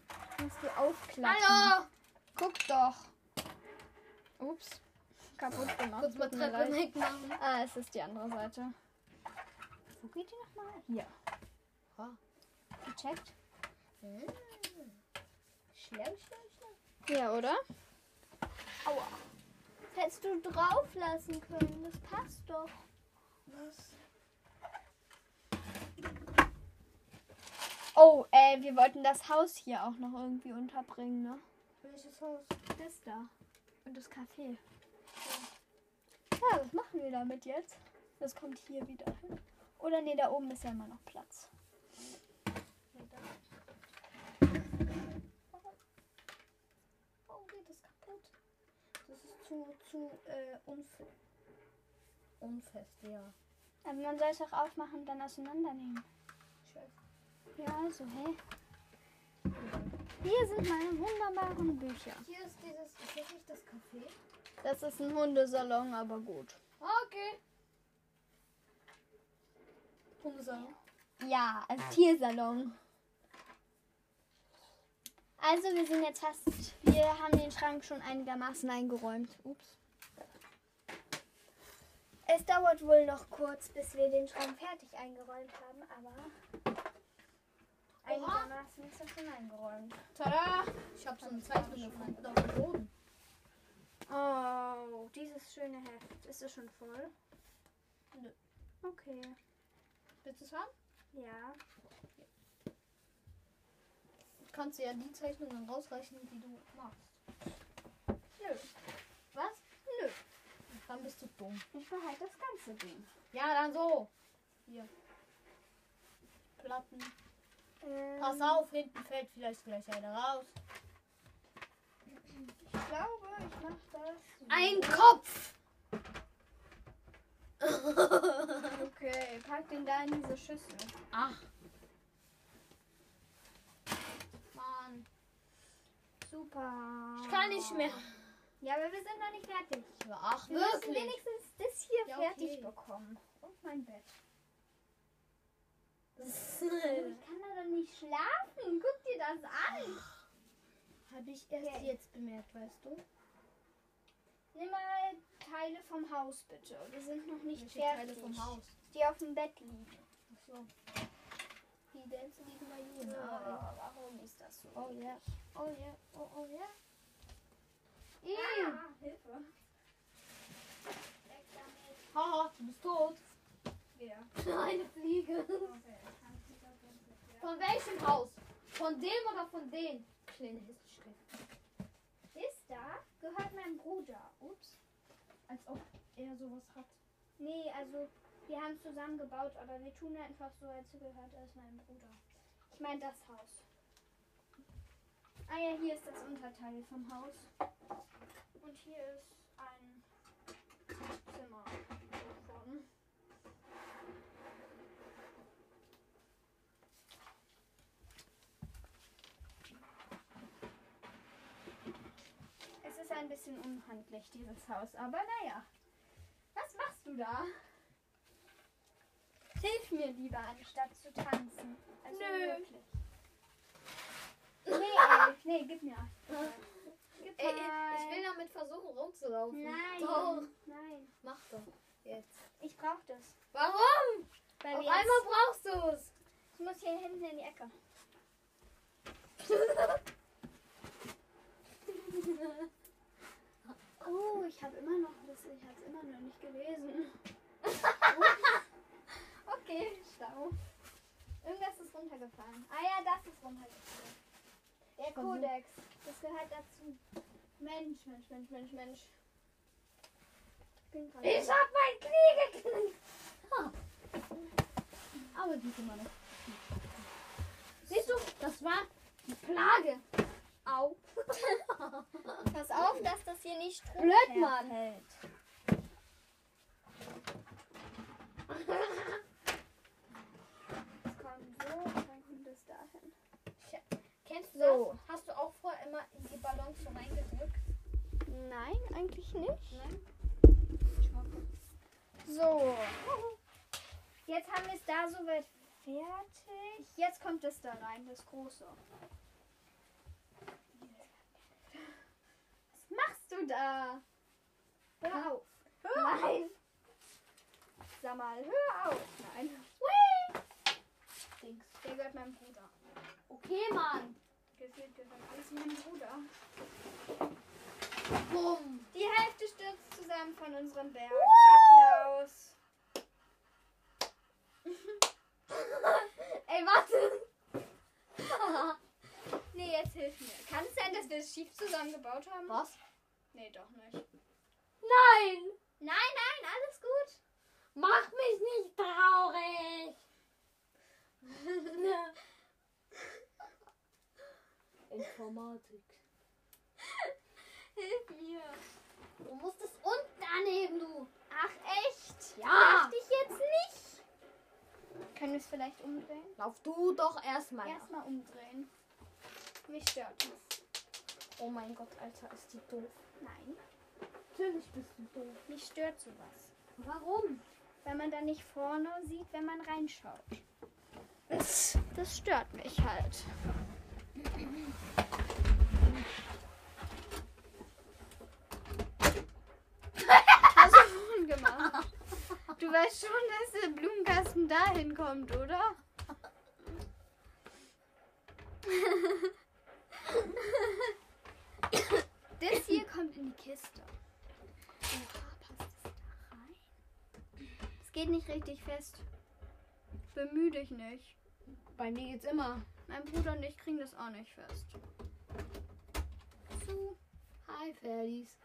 Musst du aufklappen. Hallo! Guck doch. Ups. Kaputt gemacht. Kurz mal Tut mir Treppe leid. wegmachen. Ah, es ist die andere Seite. Wo geht die nochmal? Hier. Ha. Gecheckt? Hm. Schlimm, schlimm, schlimm. Ja, oder? Aua. Hättest du drauf lassen können. Das passt doch. Was? Oh, äh, wir wollten das Haus hier auch noch irgendwie unterbringen, ne? Welches Haus? Das da. Und das Café. Ja, was machen wir damit jetzt? Das kommt hier wieder hin. Oder nee, da oben ist ja immer noch Platz. Nee, da. Warum? Warum geht das kaputt? Das ist zu, zu äh, unf unfest, ja. Aber man soll es auch aufmachen und dann auseinandernehmen. Scheiße. Ja, also, hey. Hier sind meine wunderbaren Bücher. Hier ist dieses, ist das nicht das Café? Das ist ein Hundesalon, aber gut. Okay. Hundesalon. Ja, ein Tiersalon. Also, wir sind jetzt fast. Wir haben den Schrank schon einigermaßen eingeräumt. Ups. Es dauert wohl noch kurz, bis wir den Schrank fertig eingeräumt haben, aber. Einigermaßen ist er schon eingeräumt. Tada! Ich habe so einen Zeichen gefunden auf dem Boden. Oh, dieses schöne Heft. Ist es schon voll? Nö. Okay. Willst du es haben? Ja. Kannst du ja die Zeichnungen rausreichen, die du machst. Nö. Was? Nö. Dann bist du dumm. Ich behalte das ganze Ding. Ja, dann so. Hier. Platten. Ähm, Pass auf, hinten fällt vielleicht gleich einer raus. Ich glaube, ich mache das. Ein Kopf! Okay, pack den da in diese Schüssel. Ach. Mann. Super. Ich kann nicht mehr. Ja, aber wir sind noch nicht fertig. Ach, Wir müssen wirklich? wenigstens das hier Ja, fertig okay. bekommen. Und mein Bett. Äh, Ich kann da doch nicht schlafen. Guck dir das an. Habe ich erst Okay. jetzt bemerkt, weißt du? Nimm mal Teile vom Haus bitte. Wir sind noch nicht Welche fertig. Teile vom Haus. Die auf dem Bett liegen. Ach so. Die Dämpfe liegen bei Juna. Ja. warum ist das so? ne? Oh ja. Oh ja. Oh, oh ja. Mm. Ah, Hilfe. Haha, du bist tot. Ja. Eine Fliege. Von welchem Haus? Von dem oder von den? Kleine Hissschrift. Ist da? Gehört meinem Bruder. Ups. Als ob er sowas hat. Nee, also wir haben es zusammengebaut, aber wir tun einfach so, als gehört es meinem Bruder. Ich meine das Haus. Ah ja, hier ist das Unterteil vom Haus. Und hier ist ein Zimmer davon. Es ist ein bisschen unhandlich, dieses Haus, aber naja. Was machst du da? Hilf mir lieber, anstatt zu tanzen. Also Nö. Wirklich. Nee, ey, nee, gib mir. Gib Ey, ich will damit versuchen rumzulaufen. Nein. Doch. Nein. Mach doch. Jetzt. Ich brauche das. Warum? Weil Auf wir jetzt- einmal brauchst du es. Ich muss hier hinten in die Ecke. <laughs> oh, ich habe immer noch das, ich habe es immer noch nicht gelesen. <laughs> okay, schlau. Irgendwas ist runtergefallen. Ah ja, das ist runtergefallen. Der Von wo? Kodex, das gehört dazu. Mensch, Mensch, Mensch, Mensch, Mensch. Ich bin gerade. Ich hab mein Knie geknickt. Aber die ist immer noch. Siehst du, das war die Plage. Au. Pass auf, dass das hier nicht Blöd, rumfährt. Mann. Es kommt so und dann kommt es dahin. Kennst du So. das? Hast du auch vorher immer in die Ballons so reingedrückt? Nein, eigentlich nicht. Nein? So. Jetzt haben wir es da soweit fertig. Jetzt kommt es da rein, das große. Was machst du da? Hör auf. Hör Nein. Sag mal, hör auf. Nein. Whee! Dings. Der gehört meinem Bruder. Okay, Mann. Gefühlt gehört alles meinem Bruder. Bumm. Die Hälfte stürzt zusammen von unserem Berg. Applaus. Ey, warte. Nee, jetzt hilf mir. Kann es sein, dass wir es schief zusammengebaut haben? Was? Nee, doch nicht. Nein. Nein, nein, alles gut. Mach mich nicht traurig. <laughs> Informatik. Hilf mir. Du musst es unten anheben, du. Ach, echt? Ja. Dachte ich jetzt nicht. Können wir es vielleicht umdrehen? Lauf du doch erstmal. Erstmal umdrehen. Mich stört das. Oh mein Gott, Alter, ist die doof. Nein, Natürlich bist du doof. mich stört sowas. Warum? Weil man da nicht vorne sieht, wenn man reinschaut. Das stört mich halt. Hast du <laughs> schon gemacht? Genau. Du weißt schon, dass der Blumenkasten dahin kommt, oder? Das hier kommt in die Kiste. Es geht nicht richtig fest. Bemühe dich nicht. Bei mir geht's immer. Mein Bruder und ich kriegen das auch nicht fest. Zu. Hi, Ferdis.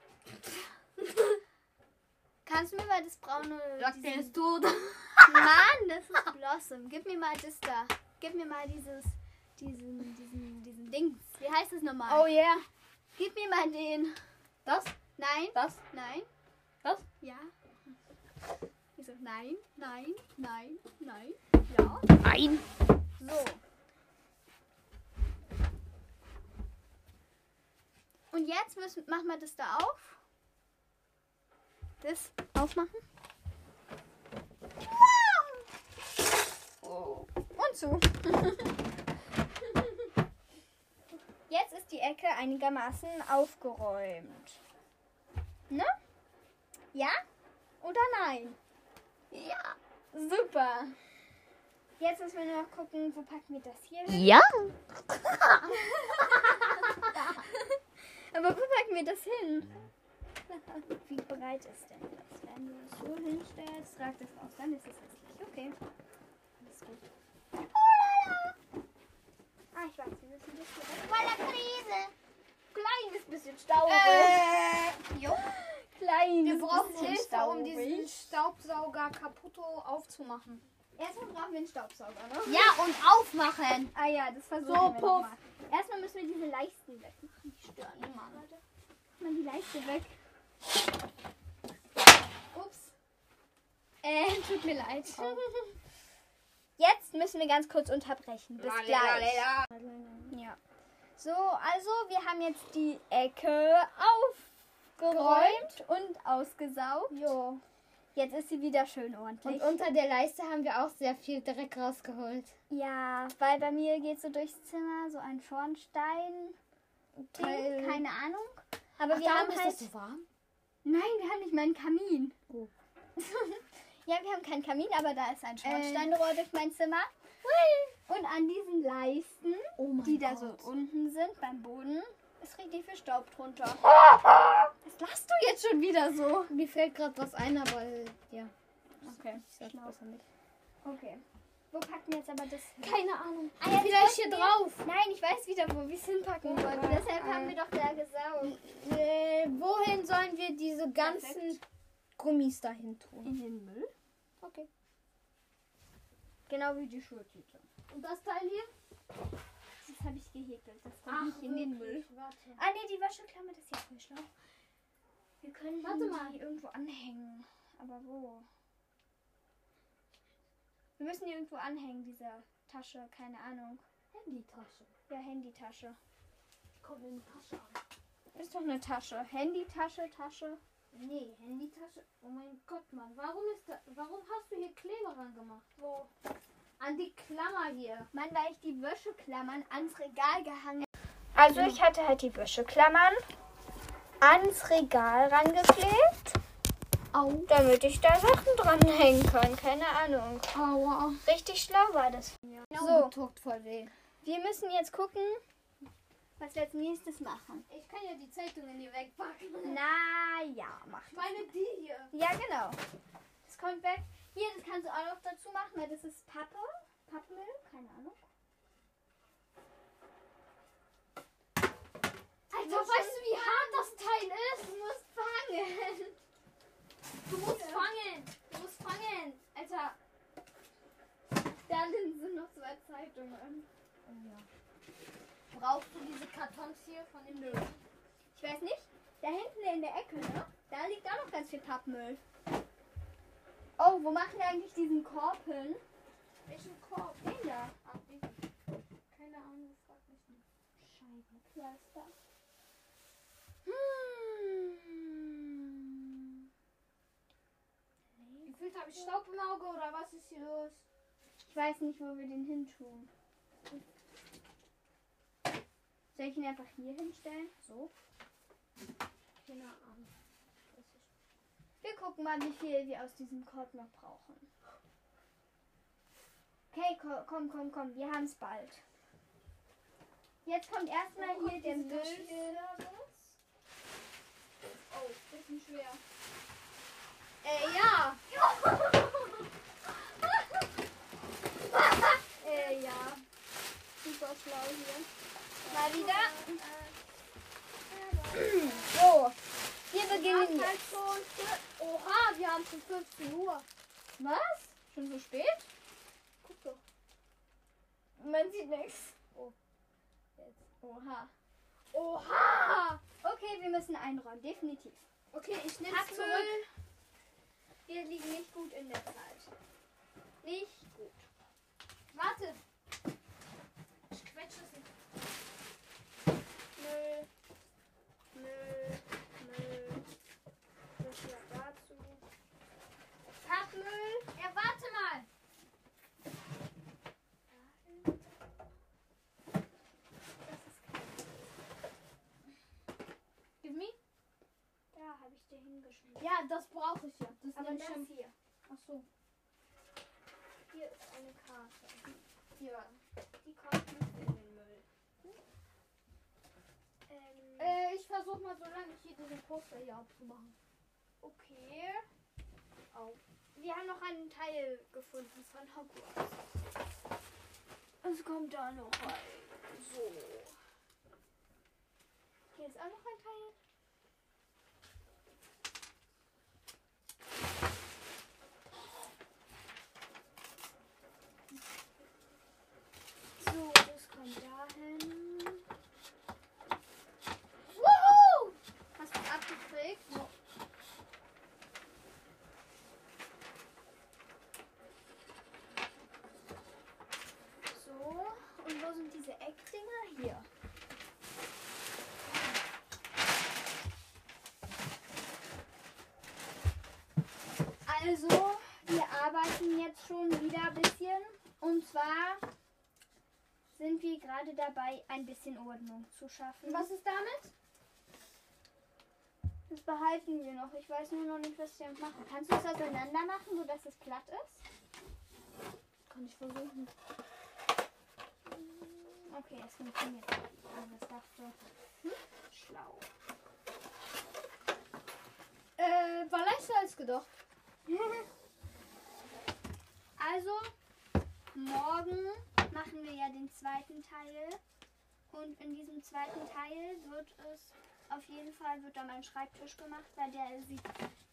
Kannst du mir mal das braune. Lockdown diesen- ist <laughs> tot. Mann, das ist Blossom. Gib mir mal das da. Gib mir mal dieses. Diesen, diesen, diesen Dings. Wie heißt das nochmal? Oh yeah. Gib mir mal den. Das? Nein, Das? nein. Das? Ja. Ich so, nein, nein, nein, nein. Ja. Nein. So. Und jetzt müssen, machen wir das da auf. Das aufmachen. Und <laughs> zu. Jetzt ist die Ecke einigermaßen aufgeräumt. Ne? Ja? Oder nein? Ja. Super. Jetzt müssen wir nur noch gucken, wo packen wir das hier hin? Ja. <laughs> Aber wo packen wir das hin? <laughs> Wie breit ist denn das? Wenn du das so hinstellst, ragt es aus, dann ist es hässlich. Okay. Alles gut. Oh Ah, ich weiß, wir müssen das hier Bei der Krise. Kleines bisschen staubig. Äh. Jo. Kleines Wir brauchen bisschen Hilfe, staubig. um diesen Staubsauger kaputt aufzumachen. Erstmal brauchen wir einen Staubsauger, ne? Ja, und aufmachen. Ah ja, das versuchen So, wir noch Puff. mal. Erstmal müssen wir diese Leisten wegmachen. Ich störe niemanden. Mal die Leiste weg. Ups. Äh, tut mir <laughs> leid. Jetzt müssen wir ganz kurz unterbrechen. Bis gleich. Ja. So, also wir haben jetzt die Ecke aufgeräumt und ausgesaugt. Jo. Jetzt ist sie wieder schön ordentlich. Und unter der Leiste haben wir auch sehr viel Dreck rausgeholt. ja, weil bei mir geht so durchs Zimmer so ein Schornstein. Teil- Keine Ahnung. Aber Ach, wir darum haben ist halt. das so warm? Nein, wir haben nicht mal einen Kamin. Oh. <laughs> ja, wir haben keinen Kamin, aber da ist ein Schornsteinrohr durch mein Zimmer. Und an diesen Leisten, Oh mein die da Gott. so unten sind beim Boden, ist richtig viel Staub drunter. Das lachst du jetzt schon wieder so. Mir fällt gerade was ein, aber äh, ja. Okay, Ich sag Genau. besser nicht. okay. Wo packen wir jetzt aber das hin? Keine Ahnung. Ah, jetzt Vielleicht hier wollten drauf. wir- Nein, ich weiß wieder, wo wir es hinpacken wollen. Ah, Deshalb ah. haben wir doch da gesaugt. Äh, wohin sollen wir diese ganzen Perfekt. Gummis dahin tun? In den Müll? Okay. Genau wie die Schultüte. Und das Teil hier? Das habe ich gehäkelt. Das kommt nicht in den Müll. Warte. Ah ne, die Wäscheklammer, das ist jetzt nicht schlau. Wir können Warte mal. die irgendwo anhängen. Aber wo? Wir müssen die irgendwo anhängen, diese Tasche, keine Ahnung. Handytasche. Ja, Handytasche. Kommt in die Tasche an. Ist doch eine Tasche. Handytasche, Tasche. Nee, Handytasche. Oh mein Gott, Mann. Warum ist da, warum hast du hier Kleber ran gemacht? Wo? An die Klammer hier. Mann, weil ich die Wäscheklammern ans Regal gehangen Also ich hatte halt die Wäscheklammern ans Regal rangeklebt, Au. damit ich da Sachen dranhängen kann. Keine Ahnung. Aua. Richtig schlau war das So. So. Tut voll weh. Wir müssen jetzt gucken, was wir als nächstes machen. Ich kann ja die Zeitungen hier wegpacken. Naja, mach. Ich meine die hier. Ja, genau. Das kommt weg. Hier, das kannst du auch noch dazu machen, weil das ist Pappe. Pappmüll, keine Ahnung. Alter, weißt du, wie hart das Teil ist? Du musst fangen. Du musst fangen. Du musst fangen. Alter. <laughs> Da sind noch zwei Zeitungen. Oh, Brauchst du diese Kartons hier von dem Müll? Ich weiß nicht, da hinten in der Ecke, ne? Da liegt auch noch ganz viel Pappmüll. Oh, wo machen wir eigentlich diesen Korb hin? Welchen Korb? Den da. Ach, die. Keine Ahnung, frag mich nicht. Scheibenkleister. Hm. Gefühlt habe ich Staub im Auge oder was ist hier los? Ich weiß nicht, wo wir den hin tun. Soll ich ihn einfach hier hinstellen? So. Keine Ahnung. Wir gucken mal, wie viel wir aus diesem Korb noch brauchen. Okay, ko- komm, komm, komm, wir haben es bald. Jetzt kommt erstmal hier der Müll. Oh, bisschen schwer. Äh, ja. Äh, ja. Super schlau hier. Mal wieder. So, wir beginnen Halt jetzt. schon. Oha, wir haben schon 15 Uhr. Was? Schon so spät? Guck doch. Man sieht nichts. Oha. Oha! Okay, wir müssen einräumen, definitiv. Okay, ich nehme Pack es zurück. Wir liegen nicht gut in der Zeit. Nicht gut. Warte. Ich quetsche es nicht. Müll. Müll. Müll. Das hier dazu. Pappmüll. Ja, warte mal. Give me. Da habe ich dir hingeschmissen. Ja, das brauche ich ja. Das Aber nehme das ich schon. hier. Ach so. Hier ist eine Karte. Ja. Die kommt nicht in den Müll. Ähm, Äh, ich versuche mal, solange ich hier diesen Poster hier abzumachen. okay. Au. Wir haben noch einen Teil gefunden von Hogwarts. Es kommt da noch rein. So. Hier ist auch noch ein Teil. So, das kommt dahin. Wuhu! Hast du abgekriegt? So, und wo sind diese Eckdinger? Hier. Also, wir arbeiten jetzt schon wieder ein bisschen. Und zwar sind wir gerade dabei, ein bisschen Ordnung zu schaffen. Was ist damit? Das behalten wir noch. Ich weiß nur noch nicht, was ich damit mache. Kannst du es auseinander machen, sodass es glatt ist? Kann ich versuchen. Okay, es funktioniert nicht, als ich dachte. Hm? Schlau. Äh, war leichter als gedacht. Also, morgen machen wir ja den zweiten Teil. Und in diesem zweiten Teil wird es, auf jeden Fall wird da mein Schreibtisch gemacht, weil der sieht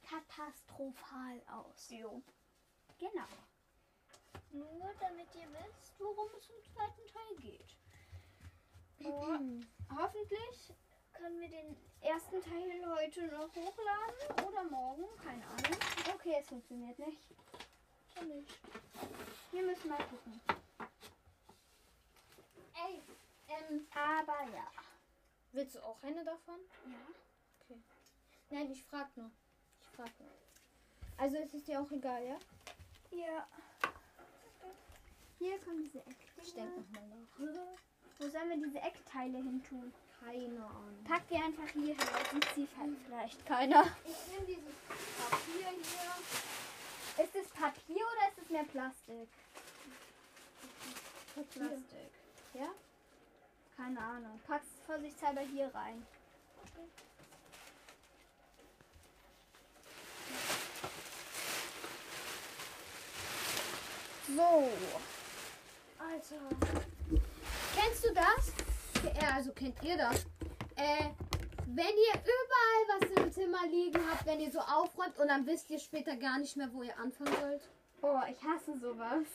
katastrophal aus. Jo. Genau. Nur damit ihr wisst, worum es im zweiten Teil geht. Und <clears throat> hoffentlich können wir den ersten Teil heute noch hochladen oder morgen, keine Ahnung. Okay, es funktioniert nicht. Ja, nicht. Wir müssen mal gucken. Ey, ähm, Aber ja. willst du auch eine davon? Ja. Nein, ich frag nur. Ich frag nur. Also es ist dir auch egal, ja? Ja. Hier kommen diese Eckteile. Ich denke nochmal nach. Wo sollen wir diese Eckteile hin tun? Keine Ahnung. Pack die einfach hier hin und zieh halt vielleicht keiner. Ich nehme dieses Papier hier. Ist es Papier oder ist es mehr Plastik? Plastik. Ja? Keine Ahnung. Pack's vorsichtshalber hier rein. So. Alter. Also. Kennst du das? Äh, also kennt ihr das? Äh, wenn ihr überall was im Zimmer liegen habt, wenn ihr so aufräumt und dann wisst ihr später gar nicht mehr, wo ihr anfangen sollt. Oh, ich hasse sowas.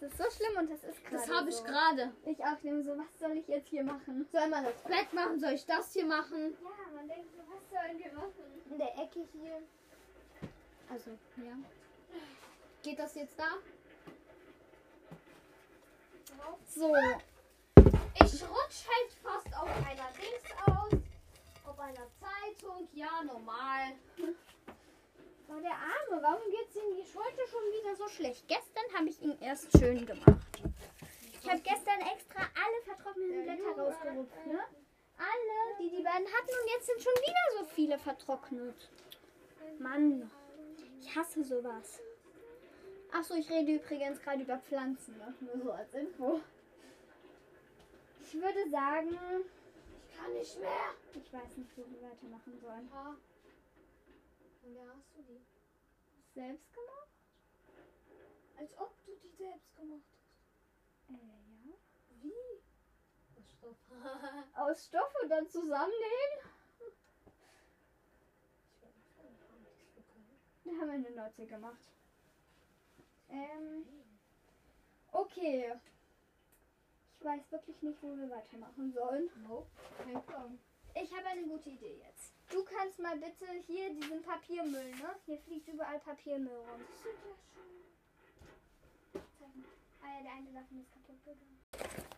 Das ist so schlimm und das ist gerade Das habe so. ich gerade. Ich auch nehme so, was soll ich jetzt hier machen? Soll man das Bett machen? Soll ich das hier machen? Ja, man denkt so, was sollen wir machen? In der Ecke hier. Also, ja. Geht das jetzt da? So. Ich rutsch halt fast auf einer Dings aus. Auf einer Zeitung. Ja, normal. Oh, der Arme, warum geht's ihm nicht heute schon wieder so schlecht? Gestern habe ich ihn erst schön gemacht. Ich habe gestern extra alle vertrockneten Blätter äh, rausgerupft, ne? Alle, die die beiden hatten und jetzt sind schon wieder so viele vertrocknet. Mann, ich hasse sowas. Achso, ich rede übrigens gerade über Pflanzen, ne? nur so als Info. Ich würde sagen, Ich kann nicht mehr. ich weiß nicht, wo wir weitermachen sollen. Ja. Und wer hast du die? selbst gemacht? Als ob du die selbst gemacht Äh, ja. hast. Wie? Das Stoff. <laughs> Aus Stoff und dann zusammennehmen? Da haben wir eine Note gemacht. Ähm. Okay. Ich weiß wirklich nicht, wo wir weitermachen sollen. Nope, kein Plan. Ich habe eine gute Idee jetzt. Du kannst mal bitte hier diesen Papiermüll, ne? Hier fliegt überall Papiermüll rum. Das sind ja schon. Zeig mal. Ah ja, der eine davon ist kaputt gegangen.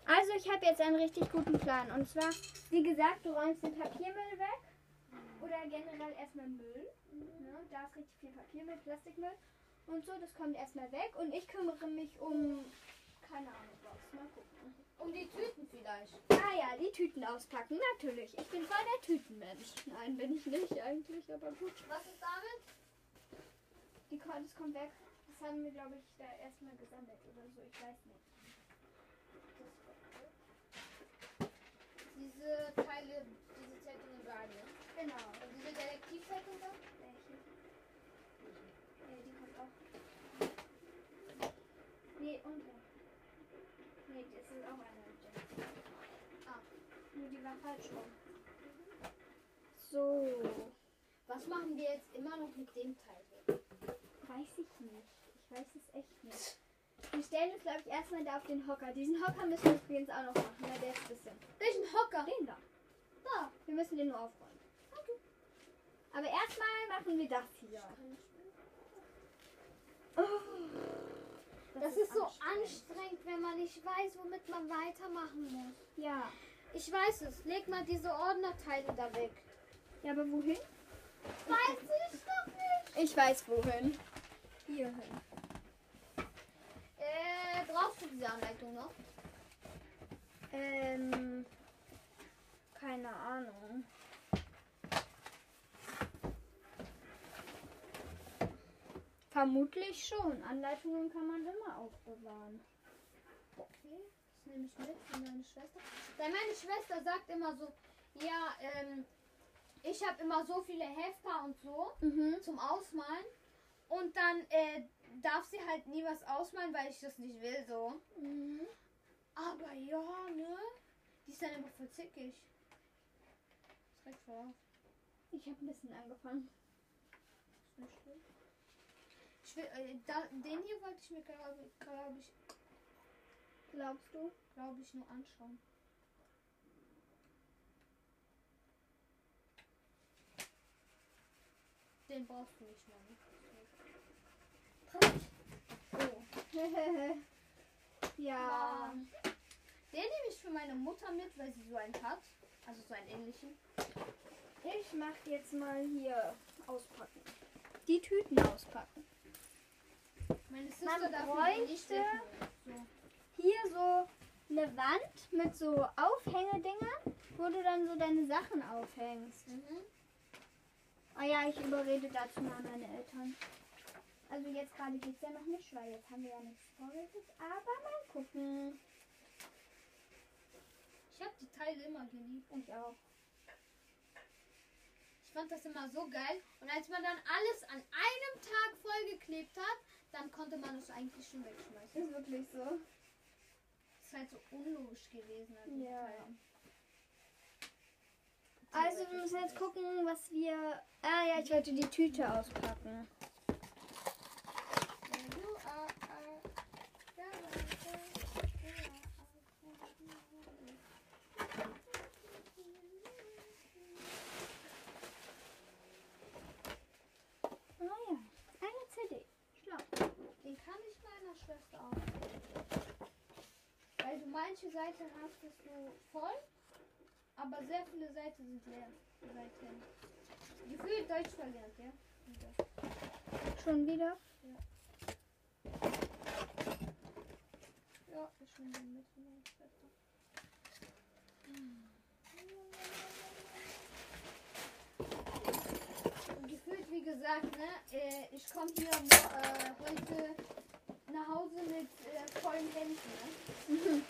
Also ich habe jetzt einen richtig guten Plan. Und zwar, wie gesagt, du räumst den Papiermüll weg. Oder generell erstmal Müll. Ne? Da ist richtig viel Papiermüll, Plastikmüll. Und so, das kommt erstmal weg. Und ich kümmere mich um, keine Ahnung was. Mal gucken. Um die Tüten vielleicht. Ah ja, die Tüten auspacken, natürlich. Ich bin voll der Tütenmensch. Nein, bin ich nicht eigentlich, aber gut. Was ist damit? Die Kordes kommt weg. Das haben wir, glaube ich, da erstmal gesammelt oder so. Ich weiß nicht. Diese Teile, diese Zeitungen waren ja. Genau. Und diese Detektivzeitung da? Welche? Nee, die kommt auch. Nee, unten. Nee, das ist auch eine. Entdeckung. Ah. Nur die war falsch rum. So. Was machen wir jetzt immer noch mit dem Teil? Weiß ich nicht. Ich weiß es echt nicht. Wir stellen uns, glaube ich, erstmal da auf den Hocker. Diesen Hocker müssen wir übrigens auch noch machen, weil der ist ein bisschen. Welchen Hocker? Den da. Da. Wir müssen den nur aufräumen. Aber erstmal machen wir das hier. Oh. Das, ist, so anstrengend, wenn man nicht weiß, womit man weitermachen muss. Ja. Ich weiß es. Leg mal diese Ordnerteile da weg. Ja, aber wohin? Weiß ich doch nicht. Ich weiß wohin. Hier hin. Äh, brauchst du diese Anleitung noch? Ähm. Keine Ahnung. Vermutlich schon. Anleitungen kann man immer aufbewahren. Okay, das nehme ich mit für meine Schwester. Weil meine Schwester sagt immer so, ja, ähm, ich habe immer so viele Hefter und so Mhm. zum Ausmalen. Und dann äh, darf sie halt nie was ausmalen, weil ich das nicht will so. mhm. Aber ja, ne? Die ist dann immer voll zickig. Direkt vor. Ich habe ein bisschen angefangen. Ist nicht schlimm. Ich will, äh, da, den hier wollte ich mir, glaube glaub ich, Glaubst du? glaube ich, nur anschauen. Den brauchst du nicht mehr. ne? Oh. ja. Ähm, Den nehme ich für meine Mutter mit, weil sie so einen hat. Also so einen ähnlichen. Ich mach jetzt mal hier auspacken. Die Tüten auspacken. Meine Man darf ihn bräuchte- mitnehmen. Hier so eine Wand mit so Aufhängedingern, wo du dann so deine Sachen aufhängst. Mhm. Ah ja, ich überrede dazu mal meine Eltern. Also jetzt gerade geht's ja noch nicht, weil jetzt haben wir ja nichts vorgelegt. Aber mal gucken. Ich habe die Teile immer geliebt. Ich auch. Ich fand das immer so geil. Und als man dann alles an einem Tag vollgeklebt hat, dann konnte man es eigentlich schon wegschmeißen. Ist wirklich so. Das ist halt so unlogisch gewesen. an den Ja. Teilen. Also wir müssen jetzt gucken, was wir... Ah ja, ich wollte die Tüte auspacken. Ah ja, eine CD. Schlau. Den kann ich meiner Schwester auch. Weil du manche Seiten hast, bist du voll, aber sehr viele Seiten sind leer. Seiten. Gefühlt Deutsch verlernt, ja? Schon wieder? Ja, ich nehme den mit von meiner Schwester. Und Gefühlt, wie gesagt, ne, äh, ich komme hier äh, heute nach Hause mit äh, vollen Händen. Ne?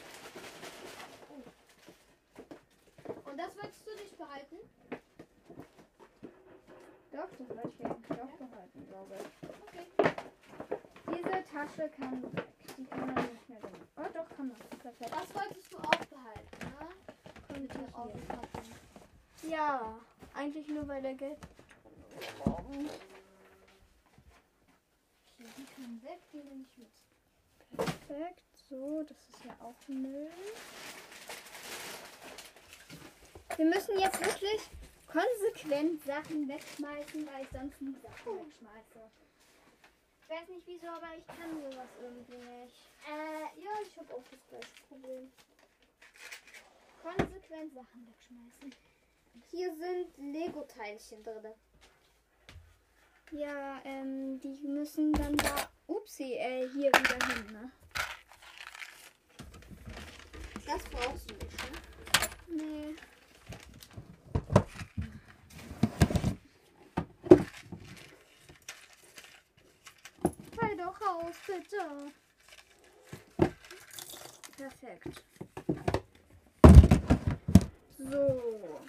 Oh. Und das wolltest du nicht behalten? Doch, das wollte ich eigentlich auch behalten, glaube ich. Okay. Tasche kann, die kann man nicht mehr benutzen. Oh doch, kann man. Perfekt. Das wolltest du auch behalten, ne? Mit den Augenklappen. Ja, eigentlich nur weil der Geld. Hier, Die können weg, die nehme ich mit. Perfekt. So, das ist ja auch Müll. Wir müssen jetzt wirklich konsequent Sachen wegschmeißen, weil ich sonst nie Sachen wegschmeiße. Ich weiß nicht wieso, aber ich kann sowas irgendwie nicht. Äh, ja, ich habe auch das gleiche Problem. Konsequent Sachen wegschmeißen. Hier sind Lego-Teilchen drin. Ja, ähm, die müssen dann da. Upsi, äh, hier wieder hin, ne? Das brauchst du nicht, ne? Nee. Fall doch raus, bitte. Perfekt. So.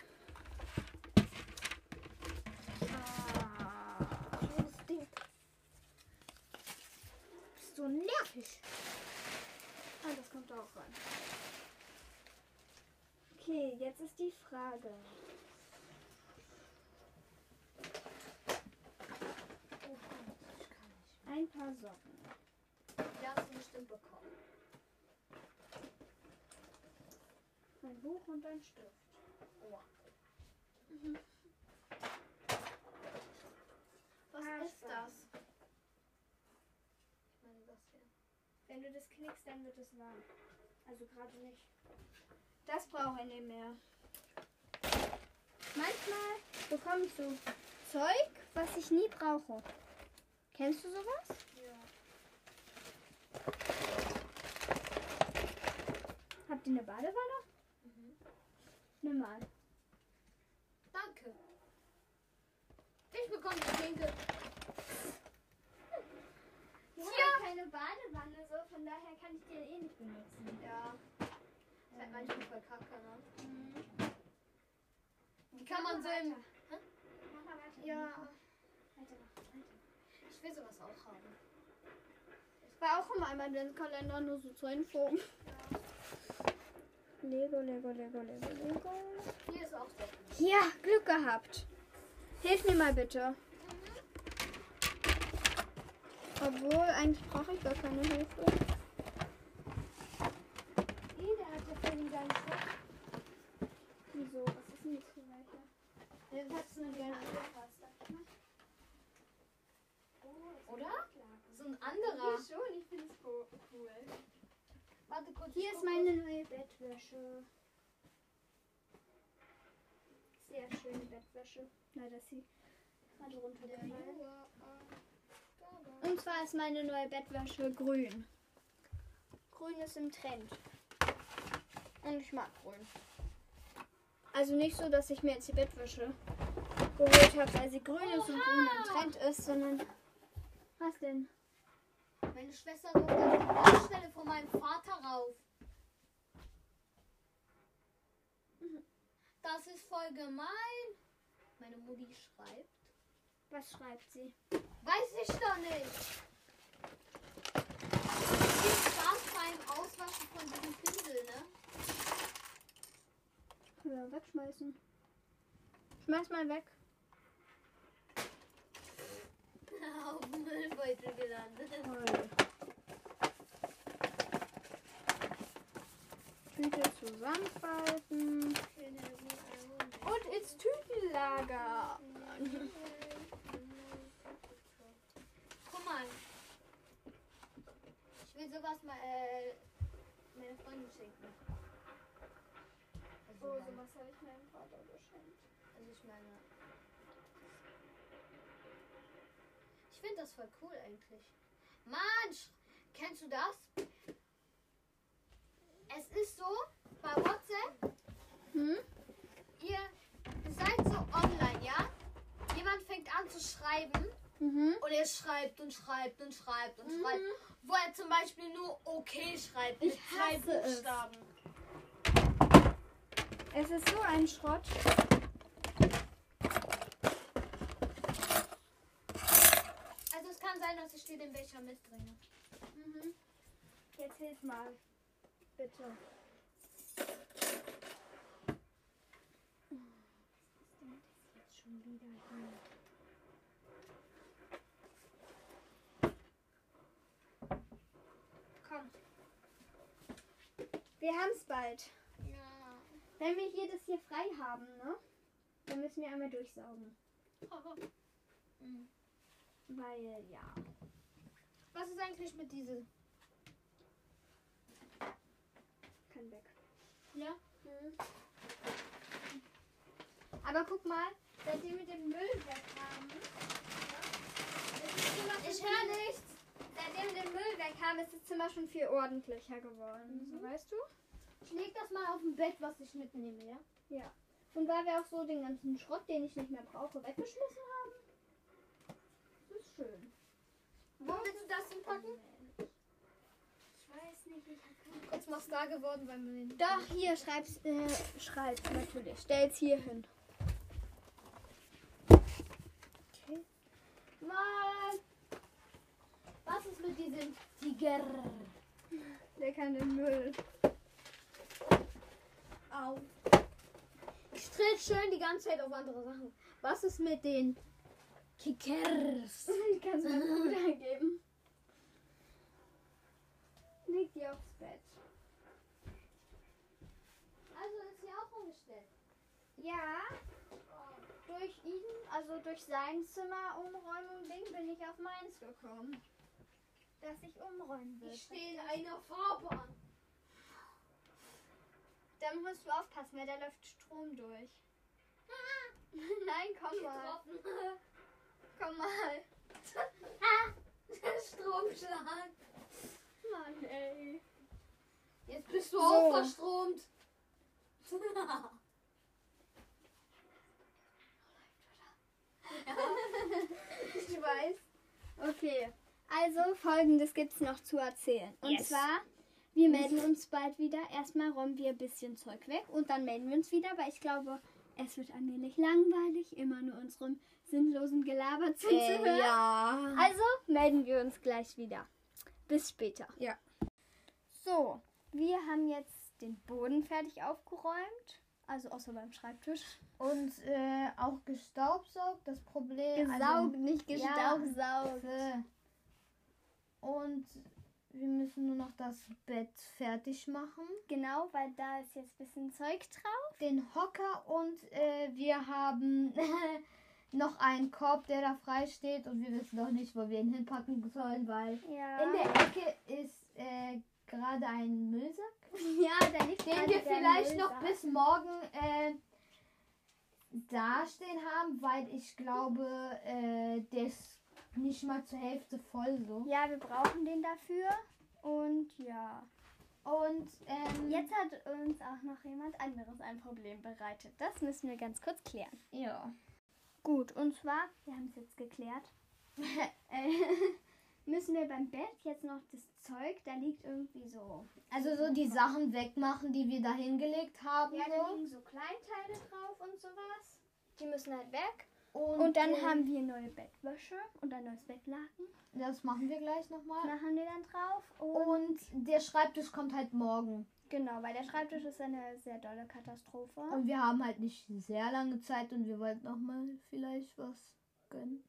Ah, Dieses Ding. Bist so nervig. Ah, das kommt auch rein. Okay, jetzt ist die Frage. Ein paar Socken. Die hast du bestimmt bekommen. Ein Buch und ein Stift. Was Ah, ist spannend. das? Ich meine, das hier. Wenn du das knickst, dann wird es warm. Also gerade nicht. Das brauche ich nicht mehr. Manchmal bekomme ich so Zeug, was ich nie brauche. Kennst du sowas? Ja. Habt ihr eine Badewanne? Mhm. Nimm mal. Danke. Ich bekomme Geschenke. Ich Ja. habe keine Badewanne, so von daher kann ich die ja eh nicht benutzen. Ja. Ist halt manchmal voll kacke, ne? Die kann man so im... Mach mal weiter. Ja. Weitermachen. Ich will sowas auch haben. War auch immer im Adventskalender nur so zur Info. Lego, Lego, Lego, Lego, Lego. Hier ist auch sehr gut. Ja, Glück gehabt. Hilf mir mal bitte. Obwohl, eigentlich brauche ich gar keine Hilfe. Ih, der hat jetzt irgendwie deinen Stoff. Wieso? Was ist denn jetzt hier weiter? Den hast du gerne angepasst. Oder? So ein anderer. schon, ich finde es cool. Warte kurz. Hier ist meine neue Bettwäsche. Sehr schöne Bettwäsche. Na, dass sie gerade runtergefallen. Und zwar ist meine neue Bettwäsche grün. Grün ist im Trend. Und ich mag grün. Also nicht so, dass ich mir jetzt die Bettwäsche geholt habe, weil sie grün ist und grün im Trend ist, sondern... Was denn? Meine Schwester kommt auf die Baustelle von meinem Vater rauf. Das ist voll gemein. Meine Mutti schreibt. Was schreibt sie? Weiß ich doch nicht. Viel Spaß beim Auswaschen von diesem Pinsel, ne? Können wir wegschmeißen. Schmeiß mal weg. Auf dem Müllbeutel gelandet. Tüte zusammenfalten. Und ins Tütenlager. Guck mal. Ich will sowas mal äh, meiner Freundin schenken. Also, mein- habe ich meinem Vater geschenkt. also ich meine. Ich finde das voll cool eigentlich. Mann, sch- kennst du das? Es ist so, bei WhatsApp Hm? ihr seid so online, ja? Jemand fängt an zu schreiben Mhm. und er schreibt und schreibt und schreibt und schreibt, wo er zum Beispiel nur okay schreibt mit Ich drei hasse es. Buchstaben. Es ist so ein Schrott. Also es kann sein, dass ich dir den Becher mitbringe. Mhm. Jetzt hilf mal. Bitte. Komm. Wir haben's bald. Wenn wir hier das hier frei haben, ne? Dann müssen wir einmal durchsaugen. Oh. Weil, ja. Was ist eigentlich mit diesem? Kann weg. Ja? Aber guck mal, seit wir mit dem Müll weg haben. Ich höre nichts. Seitdem wir den Müll weg haben, ist das Zimmer schon viel ordentlicher geworden. So, weißt du? Ich leg das mal auf dem Bett, was ich mitnehme, ja? Ja. Und weil wir auch so den ganzen Schrott, den ich nicht mehr brauche, weggeschmissen haben. Das ist <laughs> schön. Wo willst du das hinpacken? Ich weiß nicht, ich hab Kurz Mastar geworden, weil man den. Doch, hier schreib's, äh, schreib's natürlich. Stell's hier hin. Okay. Mann! Was ist mit diesem Tiger? Der kann den Müll. Au. Ich tritt schön die ganze Zeit auf andere Sachen. Was ist mit den Kickers? Die kannst <laughs> du meinem Bruder geben. Leg die aufs Bett. Also ist hier auch umgestellt. Ja. Durch ihn, also durch sein Zimmer umräumen und Ding, bin ich auf meins gekommen. Dass ich umräumen will. Ich stehe in einer <laughs> Fahrbahn. Da musst du aufpassen, weil da läuft Strom durch. <laughs> Nein, komm mal. Getroffen. <laughs> Komm mal. Stromschlag. Mann, ey. Jetzt bist du So. auch verstromt. <laughs> Ich weiß. Okay. Also folgendes gibt's noch zu erzählen. Und Yes. zwar, wir melden uns bald wieder. Erstmal räumen wir ein bisschen Zeug weg und dann melden wir uns wieder, weil ich glaube, es wird allmählich langweilig, immer nur unserem sinnlosen Gelaber zuzuhören. Äh, ja. Also melden wir uns gleich wieder. Bis später. Ja. So, wir haben jetzt den Boden fertig aufgeräumt. Also außer beim Schreibtisch. Und äh, auch gestaubsaugt. Das Problem. also Gesaugt, nicht ja. gestaubsaugt. Also, und wir müssen nur noch das Bett fertig machen. Genau, weil da ist jetzt ein bisschen Zeug drauf. Den Hocker und äh, wir haben <laughs> noch einen Korb, der da frei steht. Und wir wissen noch nicht, wo wir ihn hinpacken sollen, weil Ja. in der Ecke ist äh, gerade ein <laughs> Müllsack. Also ja, da liegt den gerade wir der vielleicht Müll noch da. bis morgen äh, dastehen haben, weil ich glaube, äh, der ist nicht mal zur Hälfte voll so. Ja, wir brauchen den dafür. Und ja. Und ähm, Jetzt hat uns auch noch jemand anderes ein Problem bereitet. Das müssen wir ganz kurz klären. ja. Gut, und zwar, wir haben es jetzt geklärt. <laughs> äh, <laughs> müssen wir beim Bett jetzt noch das Zeug, da liegt irgendwie so. Also so die Sachen wegmachen, die wir da hingelegt haben. Ja, da so. liegen so Kleinteile drauf und sowas. Die müssen halt weg. Und, Und dann äh, haben wir neue Bettwäsche und ein neues Bettlaken. das machen wir gleich nochmal. Machen wir dann drauf. Und Und der Schreibtisch kommt halt morgen. Genau, weil der Schreibtisch ist eine sehr dolle Katastrophe. Und wir haben halt nicht sehr lange Zeit und wir wollten nochmal vielleicht was gönnen.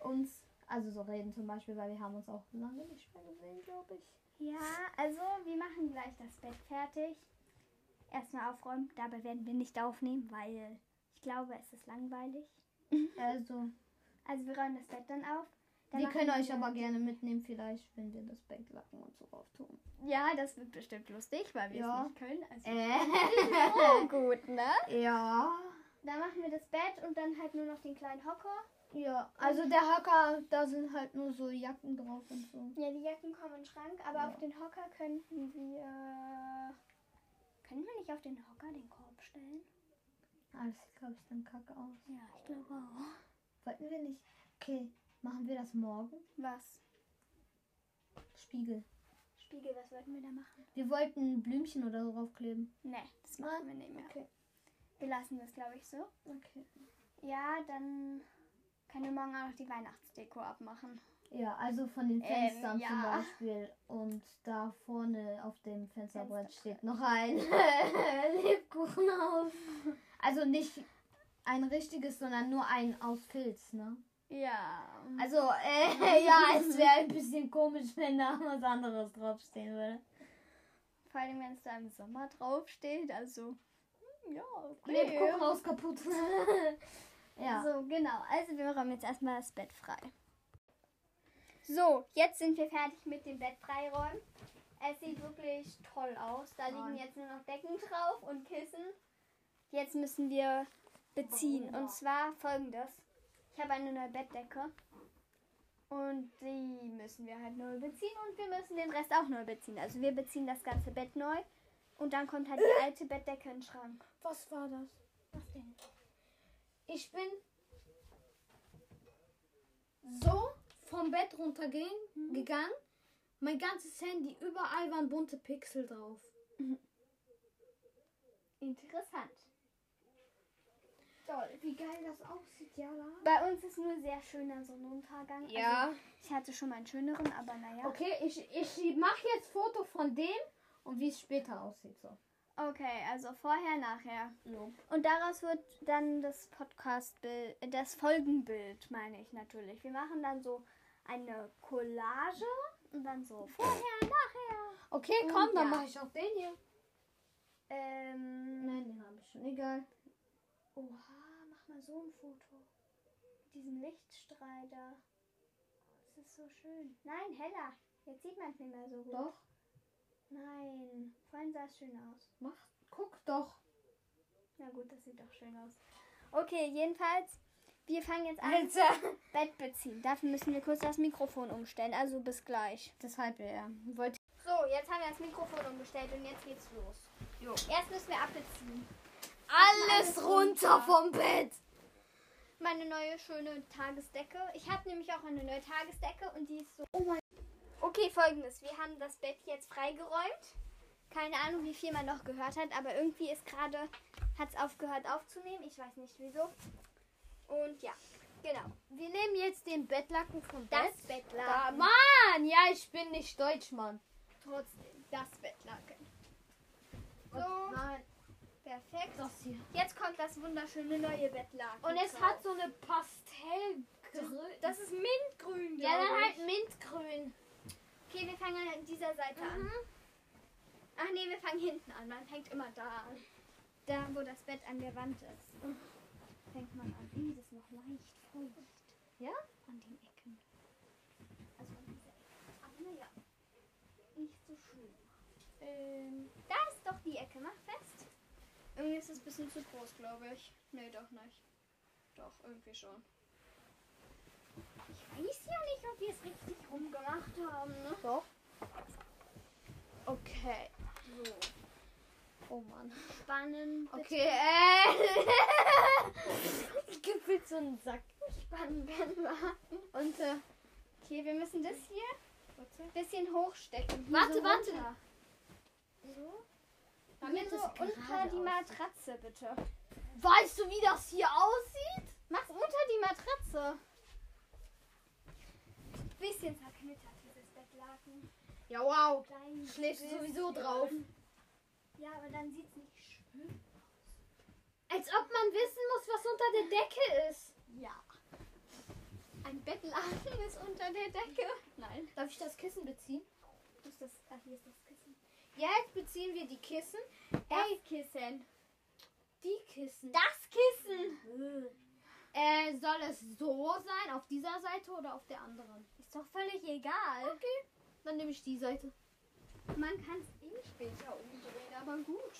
Uns, also so reden zum Beispiel, weil wir haben uns auch lange nicht mehr gesehen, glaube ich. Ja, also wir machen gleich das Bett fertig. Erstmal aufräumen. Dabei werden wir nicht aufnehmen, weil ich glaube, es ist langweilig. Also, Also wir räumen das Bett dann auf. Dann wir machen können euch aber gerne mitnehmen, vielleicht, wenn wir das Bettlaken und so drauf tun. Ja, das wird bestimmt lustig, weil wir Ja. es nicht können. Also Äh, <laughs> oh, gut, ne? ja. Dann machen wir das Bett und dann halt nur noch den kleinen Hocker. Ja, also der Hacker, da sind halt nur so Jacken drauf und so. Ja, die Jacken kommen in den Schrank, aber auf den Hocker könnten wir. Können wir nicht auf den Hocker den Korb stellen? Ah, das sieht, glaube ich, dann kacke aus. Ja, ich glaube auch. Wollten wir nicht. Okay, machen wir das morgen? Was? Spiegel. Spiegel, was wollten wir da machen? Wir wollten Blümchen oder so draufkleben. Nee, das machen wir nicht mehr. Okay. Wir lassen das, glaube ich, so. Okay. Ja, dann können wir morgen auch noch die Weihnachtsdeko abmachen. Ja, also von den Ähm, Fenstern zum ja. Beispiel. Und da vorne auf dem Fensterbrett steht noch ein <laughs> Lebkuchenhaus. Also nicht ein richtiges, sondern nur ein aus Filz, ne? Ja. Also, äh, ja, es wäre ein bisschen komisch, wenn da was anderes draufstehen würde. Vor allem, wenn es da im Sommer draufsteht. Also, hm, ja, okay. Lebkuchenhaus kaputt. <laughs> ja. So, genau. Also wir räumen jetzt erstmal das Bett frei. So, jetzt sind wir fertig mit dem Bett freiräumen. Es sieht wirklich toll aus. Da liegen jetzt nur noch Decken drauf und Kissen. Jetzt müssen wir beziehen. Und zwar folgendes. Ich habe eine neue Bettdecke. Und die müssen wir halt neu beziehen. Und wir müssen den Rest auch neu beziehen. Also wir beziehen das ganze Bett neu. Und dann kommt halt die alte Bettdecke in den Schrank. Was war das? Was denn? Ich bin so vom Bett runtergegangen. Mhm. gegangen. Mein ganzes Handy, überall waren bunte Pixel drauf. Interessant. Toll. Wie geil das aussieht, Jala. Bei uns ist nur sehr schöner Sonnenuntergang. Ja. Also ich hatte schon mal einen schöneren, aber Also, naja. Okay, ich, ich mache jetzt Foto von dem und wie es später aussieht. So. Okay, also vorher, nachher. Und daraus wird dann das Podcast-Bild, äh, das Folgenbild, meine ich natürlich. Wir machen dann so eine Collage und dann so vorher, nachher. Okay, komm, dann ja. mache ich auch den hier. Ähm, Nein, den habe ich schon. Egal. oha, mach mal so ein Foto. Mit diesem Lichtstrahl da. Oh, Das ist so schön. Nein, heller. Jetzt sieht man es nicht mehr so gut. Doch. Nein, vorhin sah es schön aus. Mach, guck doch. Na gut, das sieht doch schön aus. Okay, jedenfalls, wir fangen jetzt an, Also, Bett beziehen. Dafür müssen wir kurz das Mikrofon umstellen. Also bis gleich. Deshalb, ja. Wollte So, jetzt haben wir das Mikrofon umgestellt und jetzt geht's los. Jo. Erst müssen wir abbeziehen. Alles runter vom Bett. Meine neue schöne Tagesdecke. Ich habe nämlich auch eine neue Tagesdecke und die ist so. Oh mein. Okay, folgendes. Wir haben das Bett jetzt freigeräumt. Keine Ahnung, wie viel man noch gehört hat, aber irgendwie ist gerade, hat es aufgehört aufzunehmen. Ich weiß nicht wieso. Und ja, genau. <laughs> Wir nehmen jetzt den Bettlaken vom Das Bett. Bettlaken. Mann, ja, ich bin nicht deutsch, Mann. Trotzdem, das Bettlaken. So, Oh Nein, perfekt. das hier. Jetzt kommt das wunderschöne neue Bettlaken. Und es drauf. hat so eine Pastellgrün. Das ist mintgrün. ja, glaub dann ich. halt Mintgrün. Okay, wir fangen an dieser Seite an. Ach nee, wir fangen hinten an. Man fängt immer da an. Da, wo das Bett an der Wand ist. Fängt man an. Ih, das ist noch leicht feucht. Ja? An den Ecken. Also an dieser Ecke. Aber naja. Nicht so schön. Ähm, da ist doch die Ecke. Mach fest. Irgendwie ist es ein bisschen zu groß, glaube ich. Nee, doch nicht. Doch, irgendwie schon. Ich weiß ja nicht, ob wir es richtig rumgemacht haben, ne? Doch. Okay. So. Oh Mann. Spannend. Okay, äh. äh. <laughs> ich gefühlt so einen Sack. Spannend, wenn wir- Und, äh, Okay, wir müssen das hier ein bisschen hochstecken. Hier Warte, so warte. runter. So. Damit Hier so es gerade unter die aussieht. Matratze, bitte. Weißt du, wie das hier aussieht? Mach's unter die Matratze. Bisschen zerknittert, dieses Bettlaken. Ja, wow. Klein. Schläfst du sowieso bisschen. drauf. Ja, aber dann sieht's nicht schön. Als ob man wissen muss, was unter der Decke ist. Ja. Ein Bettlaken ist unter der Decke. Nein. Darf ich das Kissen beziehen? Ist das, ach, hier ist das Kissen. Ja, jetzt beziehen wir die Kissen. Das Kissen. Die Kissen. Das Kissen. Äh, soll es so sein, auf dieser Seite oder auf der anderen? Ist doch völlig egal. Dann nehme ich die Seite. Man kann es eh später umdrehen, aber gut.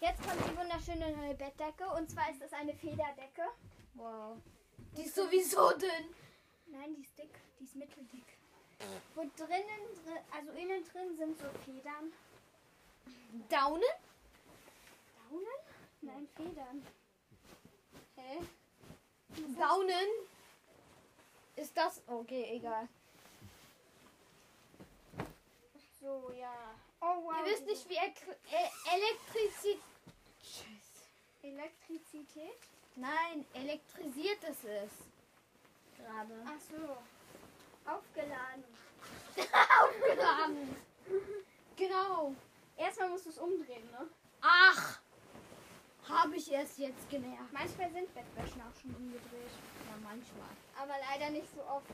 Jetzt kommt die wunderschöne neue Bettdecke und zwar ist es eine Federdecke. Wow. Die ist sowieso dünn. Nein, die ist dick, die ist mitteldick. Wo drinnen, drin, also innen drin sind so Federn. Daunen? Daunen? Nein, Federn. Hä? Daunen? Ist das. Okay, egal. So, ja. Oh wow. Ihr wisst nicht, wie Ekl- äh, Elektrizität. Elektrizität? Nein, elektrisiert es ist. gerade. Ach so. Aufgeladen. Abgeladen. genau. Erstmal musst du es umdrehen, ne? Ach, habe ich es jetzt gelernt. Manchmal sind Bettwäsche auch schon umgedreht. Ja, manchmal. Aber leider nicht so oft.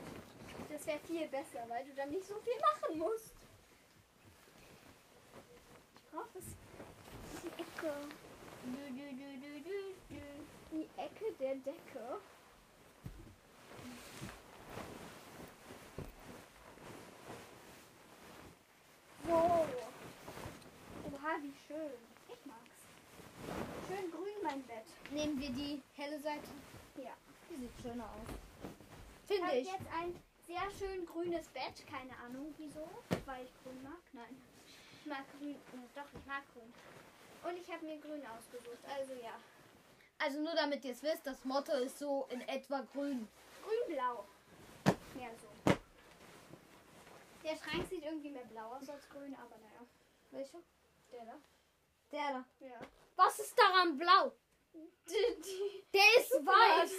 Das wäre viel besser, weil du dann nicht so viel machen musst. Ich brauche es. Die Ecke. Die Ecke der Decke. Wow. Oha, wie schön. Ich mag's. Schön grün mein Bett. Nehmen wir die helle Seite. Ja. Die sieht schöner aus. Ich Finde habe ich. jetzt ein sehr schön grünes Bett. Keine Ahnung wieso, weil ich grün mag. Nein. Ich mag grün. Äh, Doch, ich mag grün. Und ich habe mir grün ausgesucht. Also ja. Also nur damit ihr es wisst, das Motto ist so in etwa grün. Grün-blau. Mehr so. Der Schrank sieht irgendwie mehr blau aus als grün, aber naja. Welche? Der da. Der da. Ja. <laughs> Was ist daran blau? Die, die, Der ist <laughs> weiß.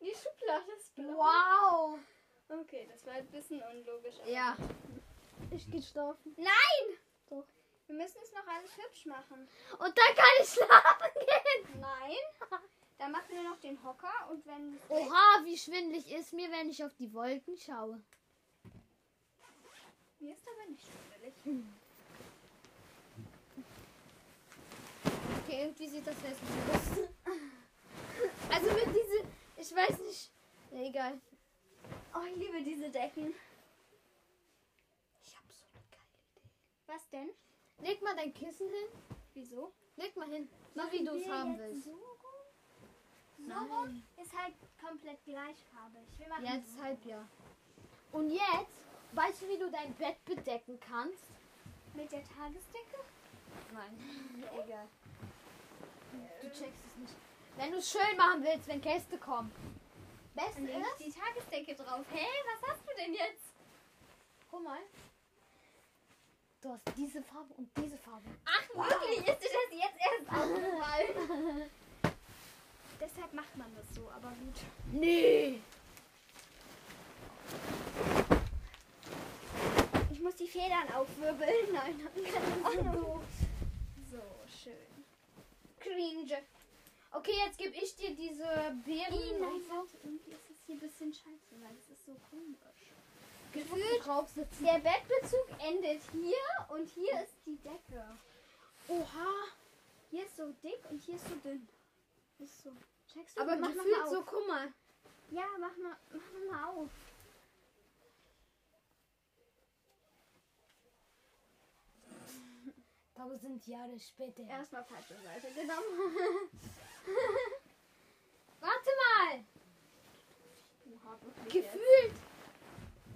die Schublade ist blau. Wow. Okay, das war ein bisschen unlogisch. aber- Ja. Ich gehe schlafen. Nein! Wir müssen es noch alles hübsch machen. Und dann kann ich schlafen gehen. <laughs> Nein. Dann machen wir noch den Hocker und wenn Oha, wie schwindelig ist mir, wenn ich auf die Wolken schaue. Mir ist aber nicht schwindelig. Okay, irgendwie sieht das jetzt nicht aus. <laughs> Also mit diese, ich weiß nicht. Ja, egal. Oh, ich liebe diese Decken. Ich hab so eine geile Idee. Was denn? Leg mal dein Kissen hin. Wieso? Leg mal hin. So wie du es haben willst. So rum? So rum ist halt komplett gleichfarbig. Wir machen Ja, so. deshalb ja. Und jetzt, weißt du, wie du dein Bett bedecken kannst? mit der Tagesdecke. Nein. <laughs> Egal. Du checkst es nicht. Wenn du es schön machen willst, wenn Gäste kommen. Besten Leg ist. die Tagesdecke drauf. Hey, was hast du denn jetzt? Guck mal. Du hast diese Farbe und diese Farbe. Ach, wirklich? Ist dir das jetzt erst aufgefallen? deshalb macht man das so, aber gut. Nee. Ich muss die Federn aufwirbeln. Nein, dann kann ich auch noch. So schön. Cringe. Okay, jetzt gebe ich dir diese Ih, Beeren. nein, warte, irgendwie ist es hier ein bisschen scheiße, weil es ist so komisch. Gefühlt drauf sitzen. Der Bettbezug endet hier und hier ist die Decke. Oha. Hier ist so dick und hier ist so dünn. Ist so. Checkst du? Aber mach noch gefühlt mal so, auf. guck mal. Ja, mach mal, mach noch mal auf. Tausend Jahre später. Erstmal falsche Seite genommen. Warte mal. Oha, wirklich jetzt. Gefühlt.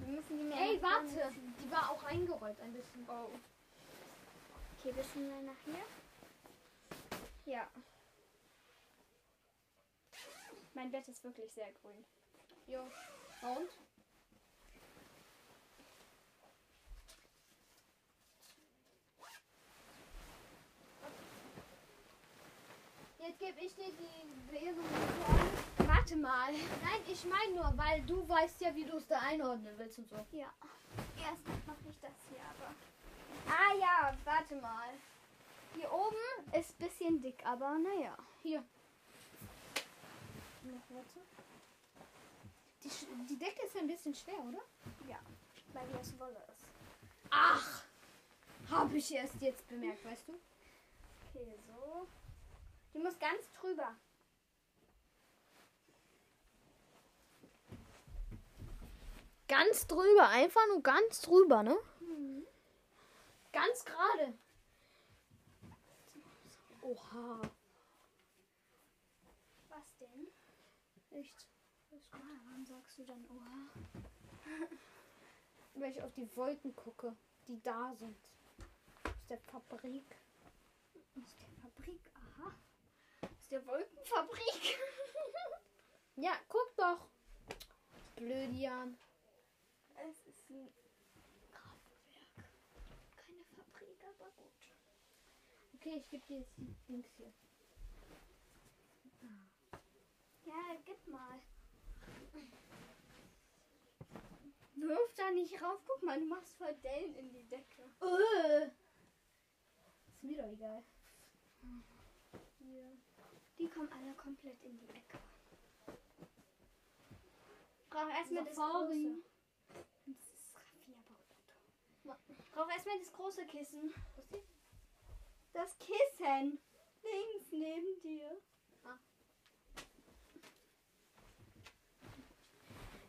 Wir müssen die mehr Ey, nach vorne warte. ziehen. Die war auch eingerollt ein bisschen. Oh. Okay, bisschen mehr nach hier. Ja. Mein Bett ist wirklich sehr grün. Jo. Und? Jetzt gebe ich dir die Beeren. Warte mal. Nein, ich meine nur, weil du weißt ja, wie du es da einordnen willst und so. Ja. Erst mache ich das hier aber. Ah ja, warte mal. Hier oben ist ein bisschen dick, aber naja. Hier. Die, Sch- die Decke ist ein bisschen schwer, oder? Ja. <laughs> Weil hier es Wolle ist. Ach! Habe ich erst jetzt bemerkt, weißt du? Okay, so. Die muss ganz drüber. Ganz drüber, einfach nur ganz drüber, ne? Ganz gerade. Oha. Was denn? Echt? Ah, warum sagst du dann Oha? Wenn ich auf die Wolken gucke, die da sind. Aus der Fabrik. Aus der Fabrik, aha. Aus der Wolkenfabrik. Ja, guck doch. Blödian. es ist ein Kraftwerk. Keine Fabrik, aber gut. Okay, ich gebe dir jetzt die Dings hier. Ja, gib mal. Wirf da nicht rauf. Guck mal, du machst voll Dellen in die Decke. Äh. Ist mir doch egal. Hier. Die kommen alle komplett in die Ecke. Brauch erstmal das Sorry. große. Das ist Raffia-Bauplatte. Ich brauch erstmal das große Kissen. Das Kissen. Links neben dir.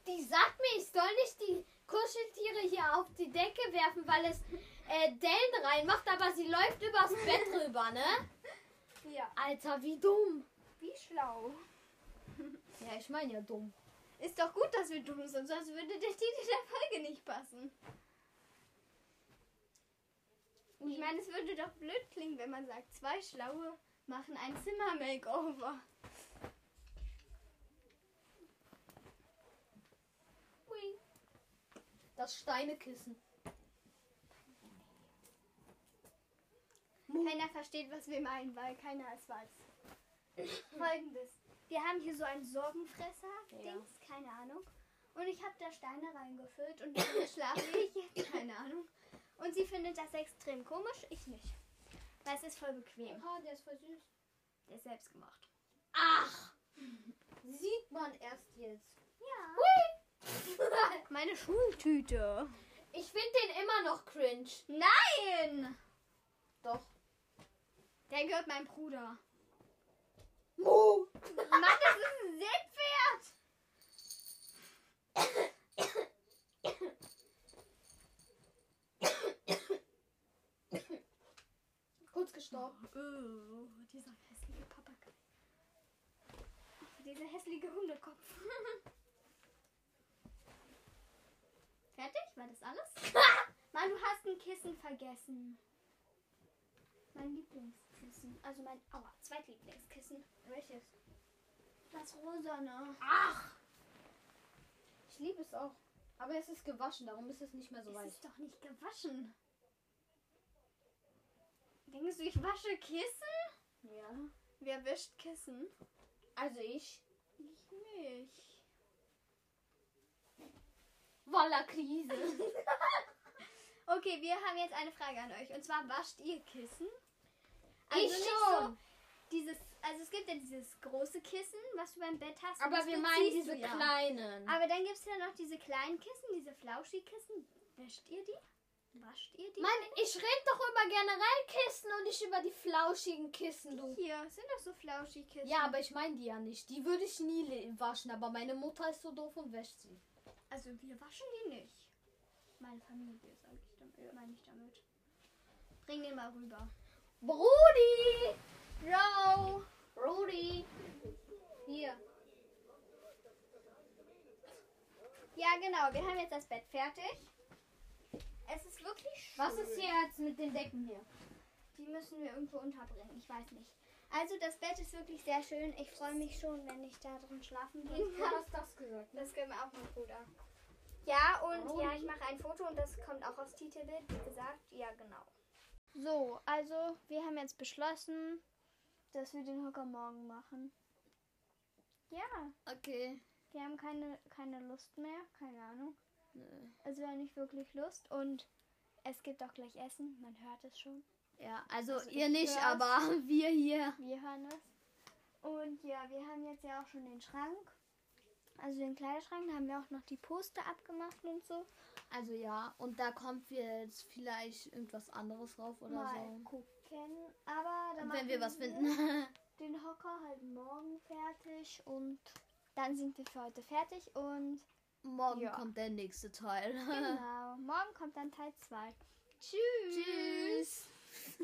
Die sagt mir, ich soll nicht die Kuscheltiere hier auf die Decke werfen, weil es äh, Dellen reinmacht, aber sie läuft übers Bett rüber, ne? Ja. Alter, wie dumm. Wie schlau. Ja, ich meine ja dumm. Ist doch gut, dass wir dumm sind, sonst würde der Titel der Folge nicht passen. Ich meine, es würde doch blöd klingen, wenn man sagt, zwei Schlaue machen ein Zimmer-Makeover. Das Steinekissen. Keiner versteht, was wir meinen, weil keiner es weiß. Folgendes. Wir haben hier so ein Sorgenfresser-Dings, keine Ahnung. Und ich habe da Steine reingefüllt und dann schlafe ich jetzt, keine Ahnung. Und sie findet das extrem komisch, ich nicht. Weil es ist voll bequem. Ah, der ist voll süß. Der ist selbst gemacht. Ach! Sieht man erst jetzt. Ja. Meine Schultüte. Ich finde den immer noch cringe. Nein! Doch. Der gehört meinem Bruder. Mu! Mann, das ist ein Seepferd! Kurz gestorben. Oh, dieser hässliche Papagei. Dieser hässliche Hundekopf. <laughs> Fertig? War das <laughs> alles? Mann, du hast ein Kissen vergessen. Mein Lieblingskissen. Also mein, aua, zweitlieblingskissen. Welches? Das rosane. Ach! Ich liebe es auch. Aber es ist gewaschen, darum ist es nicht mehr so Das weich. ist doch nicht gewaschen. Denkst du, ich wasche Kissen? Ja. Wer wäscht Kissen? Also ich. Ich nicht. Walla Krise. Okay, wir haben jetzt eine Frage an euch. Und zwar, wascht ihr Kissen? Also Ich nicht schon. So dieses, also es gibt ja dieses große Kissen, was du beim Bett hast. und Aber das wir meinen beziehst diese du ja. kleinen. Aber dann gibt es ja noch diese kleinen Kissen, diese Flauschi-Kissen. Wäscht ihr die? Wascht ihr die? Mann, ich rede doch über generell Kissen und nicht über die flauschigen Kissen, du. Hier, es sind doch so Flauschi-Kissen. Ja, aber ich meine die ja nicht. Die würde ich nie le- waschen, aber meine Mutter ist so doof und wäscht sie. Also wir waschen die nicht. Meine Familie, sag ich damit. Meine ich damit. Bring den mal rüber. Oh. Brudi! Bro! Brudi! Hier. Ja, genau. Wir haben jetzt das Bett fertig. Es ist wirklich schön. Was ist hier jetzt mit den Decken hier? Die müssen wir irgendwo unterbringen. Ich weiß nicht. Also das Bett ist wirklich sehr schön. Ich freue mich schon, wenn ich da drin schlafen gehen kann. hast das gesagt? <laughs> Das gehört mir auch mein Bruder. Oh. Ja, und ja, ich mache ein Foto und das kommt auch aufs Titelbild, wie gesagt. Ja, genau. So, also wir haben jetzt beschlossen, dass wir den Hocker morgen machen. Ja, Okay. wir haben keine, keine Lust mehr, keine Ahnung. äh, Also wir haben nicht wirklich Lust und es gibt auch gleich Essen, man hört es schon. Ja, also, Also ihr ich nicht, hör's. aber <laughs> wir hier. Wir hören es. Und ja, wir haben jetzt ja auch schon den Schrank. Also den Kleiderschrank, da haben wir auch noch die Poster abgemacht und so. Also ja, und da kommt jetzt vielleicht irgendwas anderes drauf oder Mal so. gucken. Aber dann Und wenn wir machen was finden. Den Hocker halt morgen fertig und dann sind wir für heute fertig <laughs> und <laughs> Morgen Ja. kommt der nächste Teil. genau, morgen kommt dann Teil 2. Tschüss. <laughs> Tschüss.